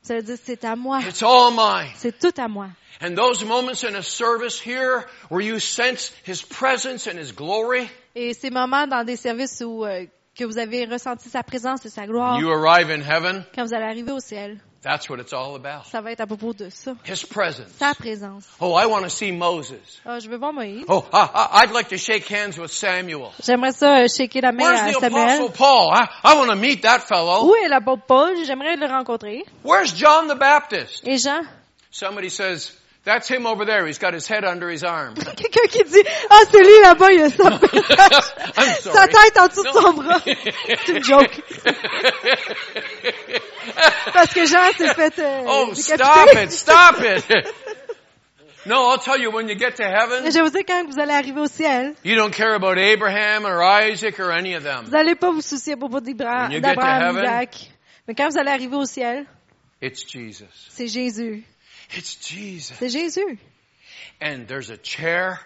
vous allez dire c'est à moi. It's all mine. C'est tout à moi. And those moments in a service here where you sense His presence and His glory, Et ces moments dans des services où euh, que vous avez ressenti sa présence et sa gloire, you arrive in heaven, quand vous allez arriver au ciel, that's what it's all about. ça va être à propos de ça. His presence. Sa présence. Oh, I want to see Moses. Ah, je veux voir Moïse. Oh, I, I, I'd like to shake hands with Samuel. J'aimerais ça euh, shaker la main à Where's the Samuel. Apostle Paul? I, I want to meet that fellow. Où est l'apôtre Paul? J'aimerais le rencontrer. Where's John the Baptist? Et Jean? Somebody says, that's him over there. He's got his head under his arm. Quelqu'un qui dit, ah, c'est lui là-bas, il a sa, I'm sorry. sa tête en dessous de Non. son bras. c'est une joke. Parce que Jean s'est fait, euh, oh, décapiter. stop it, stop it. No, I'll tell you, when you get to Mais heaven, je vous dis, quand vous allez arriver au ciel, you don't care about Abraham or Isaac or any of them. vous allez pas vous soucier à propos d'Ibra- When you get to d'Abraham, heaven- d'Isaac. Mais quand vous allez arriver au ciel, It's Jesus. c'est Jésus. It's Jesus. C'est Jésus. And there's a chair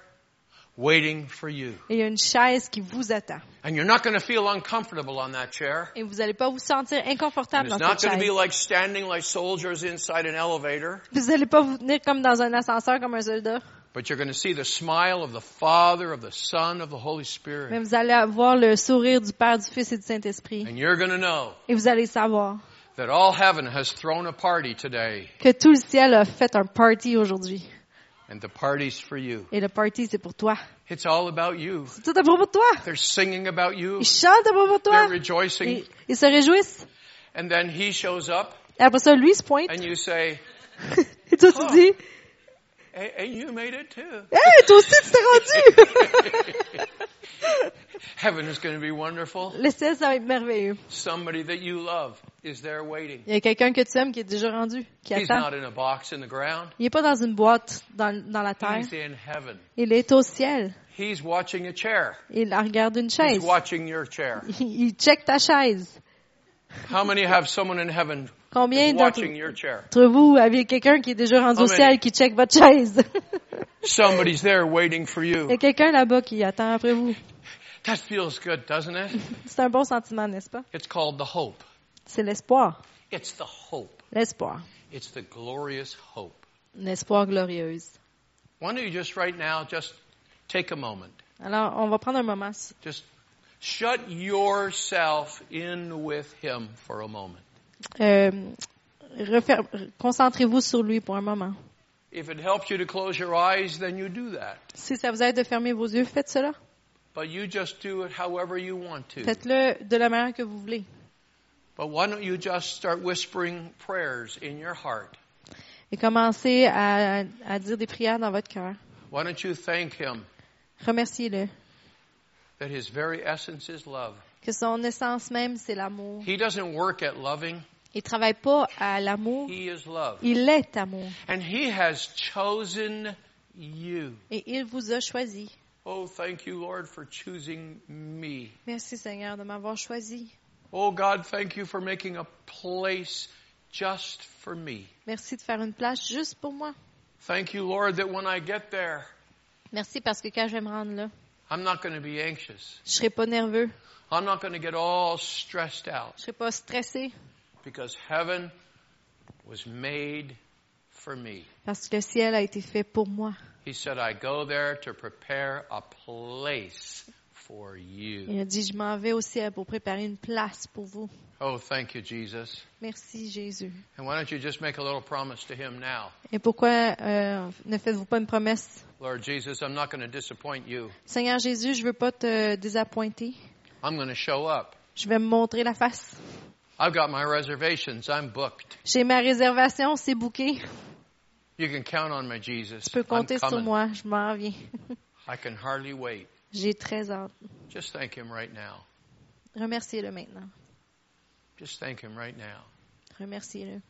waiting for you. Et il y a une chaise qui vous attend. And you're not going to feel uncomfortable on that chair. Et vous n'allez pas vous sentir inconfortable And dans it's not cette going to be chaise. like standing like soldiers inside an elevator, Vous n'allez pas vous tenir comme dans un ascenseur, comme un soldat. but you're going to see the smile of the Father, of the Son, of the Holy Mais Spirit. vous allez avoir le sourire du Père, du Fils et du Saint-Esprit. And you're going to know Et vous allez savoir that all heaven has thrown a party today, que tout le ciel a fait un party aujourd'hui. and the party's for you. Et le party, c'est pour toi. It's all about you. C'est tout à propos de toi. They're singing about you. Ils chantent à propos de They're toi. rejoicing. Ils, ils se réjouissent. And then he shows up, Et après ça, lui il se pointe. and you say, Et toi, tu dis, And, and you made it too. Hé, toi aussi, tu t'es rendu! Heaven is going to be wonderful. le ciel, ça va être merveilleux. Somebody that you love is there waiting. Il y a quelqu'un que tu aimes qui est déjà rendu, qui He's attend. not in a box in the ground. Il n'est pas dans une boîte dans, dans la terre. He's in heaven. Il est au ciel. He's watching a chair. Il regarde une He's chaise. watching your chair. Il il check ta chaise. How many have someone in heaven Combien d'entre watching your chair? d'entre vous avez quelqu'un qui est déjà rendu How au many? ciel qui check votre chaise? Somebody's there waiting for Il y a you. quelqu'un là-bas qui attend après vous. That feels good, doesn't it? C'est un bon sentiment, n'est-ce pas? It's called the hope. C'est l'espoir. It's the hope. L'espoir. It's the glorious hope. L'espoir glorieuse. Why don't you just right now just take a moment. Alors, on va prendre un moment. Just shut yourself in with him for a moment. Euh, refer- Concentrez-vous sur lui pour un moment. If it helps you to close your eyes, then you do that. Si ça vous aide de fermer vos yeux, faites cela. But you just do it however you want to. Faites-le de la manière que vous voulez. But why don't you just start whispering prayers in your heart? Et commencez à, à dire des prières dans votre cœur. Why don't you thank him Remerciez-le. that his very essence is love? Que son essence même, c'est l'amour. He doesn't work at loving, Il travaille pas à l'amour. he is love. Il est amour. And he has chosen you. Et il vous a choisi. Oh, thank you, Lord, for choosing me. Merci Seigneur de m'avoir choisi. Oh, God, thank you for making a place just for me. Merci de faire une place juste pour moi. Thank you, Lord, that when I get there, Merci parce que quand je vais me rendre là, I'm not going to be anxious. je serai pas nerveux. I'm not going to get all stressed out Je serai pas stressé because heaven was made for me. parce que le ciel a été fait pour moi. He said, I go there to prepare a place for you. Il a dit, je m'en vais au ciel pour préparer une place pour vous. Oh, thank you, Jesus. Merci Jésus. And why don't you just make a little promise to him now? Et pourquoi euh, ne faites-vous pas une promesse? Lord Jesus, I'm not going to disappoint you. Seigneur Jésus, je veux pas te désappointer. I'm going to show up. Je vais me montrer la face. I've got my reservations. I'm booked. J'ai ma réservation, c'est booké. You can count on me, Jesus. Tu peux I'm compter sur coming. moi, je m'en viens. I can hardly wait. J'ai très hâte. Just thank him right now. Remerciez-le maintenant. Just thank him right now. Remerciez-le.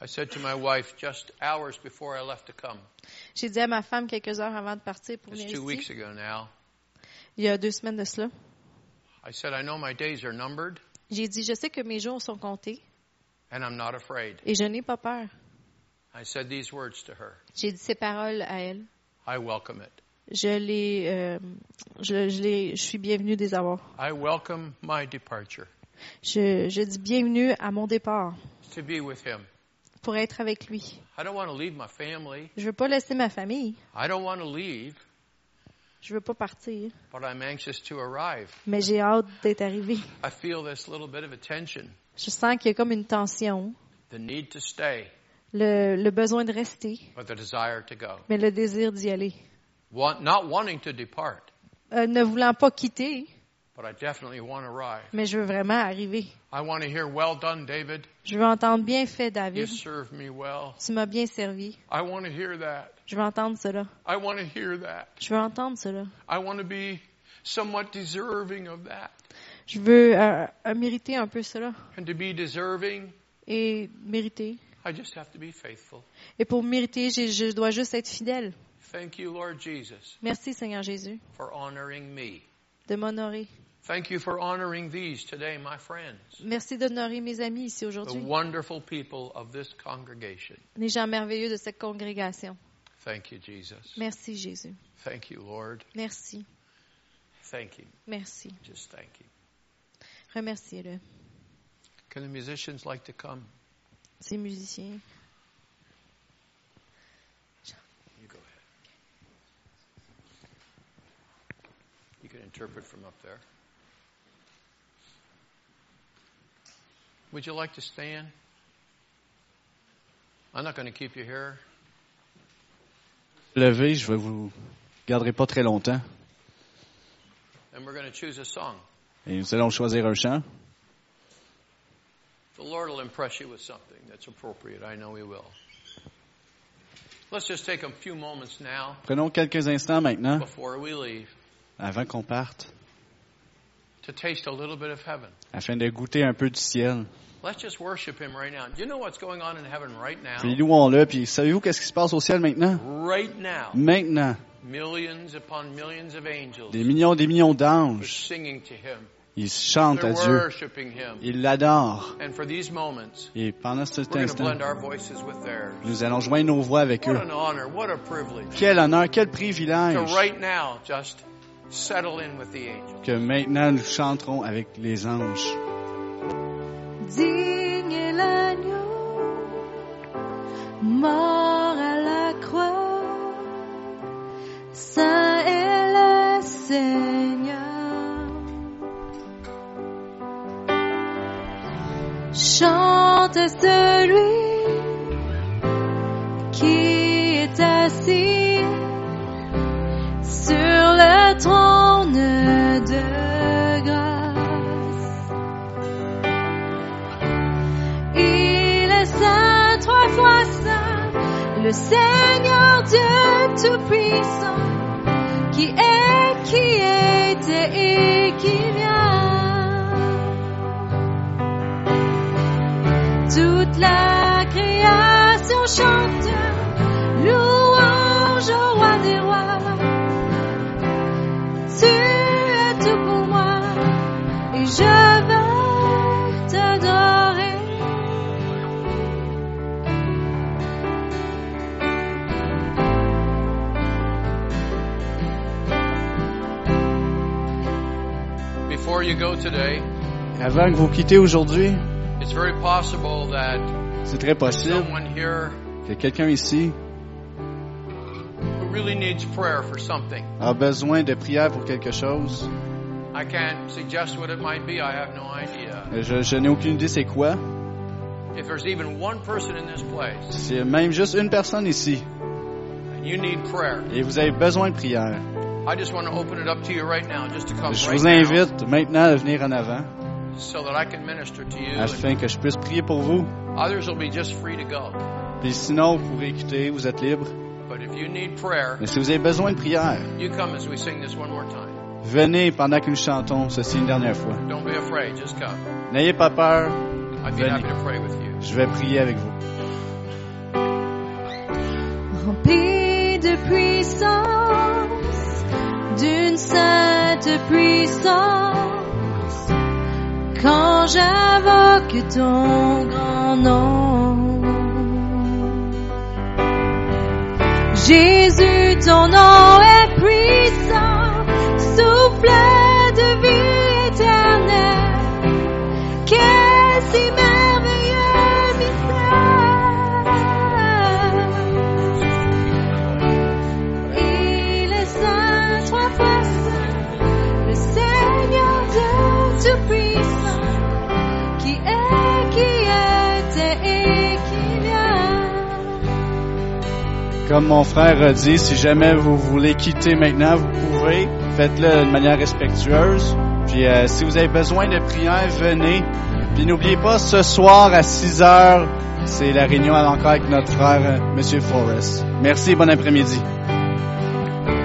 I said to my wife just hours before I left to come. J'ai dit à ma femme quelques heures avant de partir pour It's venir two weeks ici, ago now. il y a deux semaines de cela. I said, I know my days are numbered J'ai dit, je sais que mes jours sont comptés and I'm not afraid. et je n'ai pas peur. I said these words to her. J'ai dit ces paroles à elle. I welcome it. Je les, euh, je, je les, je suis bienvenue des avoir. I welcome my departure Je, je dis bienvenue à mon départ to be with him. pour être avec lui. I don't want to leave my family. Je veux pas laisser ma famille. I don't want to leave, Je veux pas partir. but I'm anxious to arrive. Mais j'ai hâte d'être arrivée. I feel this little bit of a tension, Je sens qu'il y a comme une tension, the need to stay, le, le besoin de rester, but the desire to go. mais le désir d'y aller. Want, not wanting to depart, Euh, ne voulant pas quitter, but I definitely want to arrive. mais je veux vraiment arriver. I want to hear, well done, David. Je veux entendre bien fait, You David. served me well. Tu m'as bien servi. I want to hear that. Je veux entendre cela. I want to hear that. Je veux entendre cela. I want to be somewhat deserving of that. Je veux euh, euh, mériter un peu cela. And to be deserving, Et mériter. I just have to be faithful. Et pour mériter, j'ai- je dois juste être fidèle. Thank you, Lord Jesus, Merci, Seigneur Jésus, for honoring me. de m'honorer. Thank you for honoring these today, my friends, Merci d'honorer mes amis ici the aujourd'hui, wonderful people of this congregation. les gens merveilleux de cette congrégation. Thank you, Jesus. Merci, Jésus. Thank you, Lord. Merci. Thank Him. Merci. Just thank Him. Remerciez-le, Can the musicians like to come? ces musiciens. You go ahead. You can interpret from up there. Would you like to stand? I'm not going to keep you here. Levez, je vais vous garderai pas très longtemps. And we're going to choose a song. Et nous allons choisir un chant. The Lord will impress you with something that's appropriate. I know He will. Let's just take a few moments now Prenons quelques instants maintenant, before we leave avant qu'on parte, to taste a little bit of heaven. afin de goûter un peu du ciel. Let's just worship Him right now. Do you know what's going on in heaven right now? Puis louons-le. Puis savez-vous qu'est-ce qui se passe au ciel maintenant? Right now, Maintenant, millions upon millions of angels des millions, des millions are d'anges, singing to Him. ils chantent à They're Dieu. worshiping Him. Ils l'adorent. And for these moments, Et pendant we're cet going to instant, blend our voices with theirs. nous allons joindre nos voix avec What eux. an honor, what a privilege Quel honneur, quel to privilège right now just settle in with the angels. que maintenant nous chanterons avec les anges. Digne est l'agneau, mort à la croix, saint est le Seigneur. Chante celui qui est assis sur le trône de grâce. Il est saint, trois fois saint, le Seigneur Dieu Tout-Puissant, qui est, qui était et qui vient. Toute la création chante, louange au roi des rois. Tu es tout pour moi et je vais t'adorer. Before you go today, Avant que vous quittez aujourd'hui, it's very possible that c'est très possible someone here que quelqu'un ici who really needs prayer for something. a besoin de prière pour quelque chose. I can't suggest what it might be. I have no idea. Euh, Je, je n'ai aucune idée c'est quoi. If there's even one person in this place C'est même juste une personne ici and you need prayer, et vous avez besoin de prière. I just want to open it up to you right now, just to come Je right vous now, invite maintenant à venir en avant so that I can minister to you. and afin que je puisse prier pour vous. others will be just free to go. Puis sinon, vous pourrez quitter, vous êtes libre. But if you need prayer, Mais si vous avez besoin de prière, you come as we sing this one more time. venez pendant que nous chantons ceci une dernière fois. Don't be afraid. Just come. N'ayez pas peur, I'd be Venez. happy to pray with you. je vais prier avec vous. rempli de puissance, d'une sainte puissance. Quand j'invoque ton grand nom, Jésus, ton nom est puissant, souffle de vie éternelle. Quel si merveilleux mystère! Il est saint, trois fois saint, le Seigneur Dieu Tout-Puissant, qui est, qui était et qui vient. Comme mon frère a dit, si jamais vous voulez quitter maintenant, vous pouvez. Faites-le de manière respectueuse. Puis euh, si vous avez besoin de prière, venez. Puis n'oubliez pas, ce soir à 6 heures, c'est la réunion encore avec notre frère, euh, Monsieur Forrest. Merci, bon après-midi.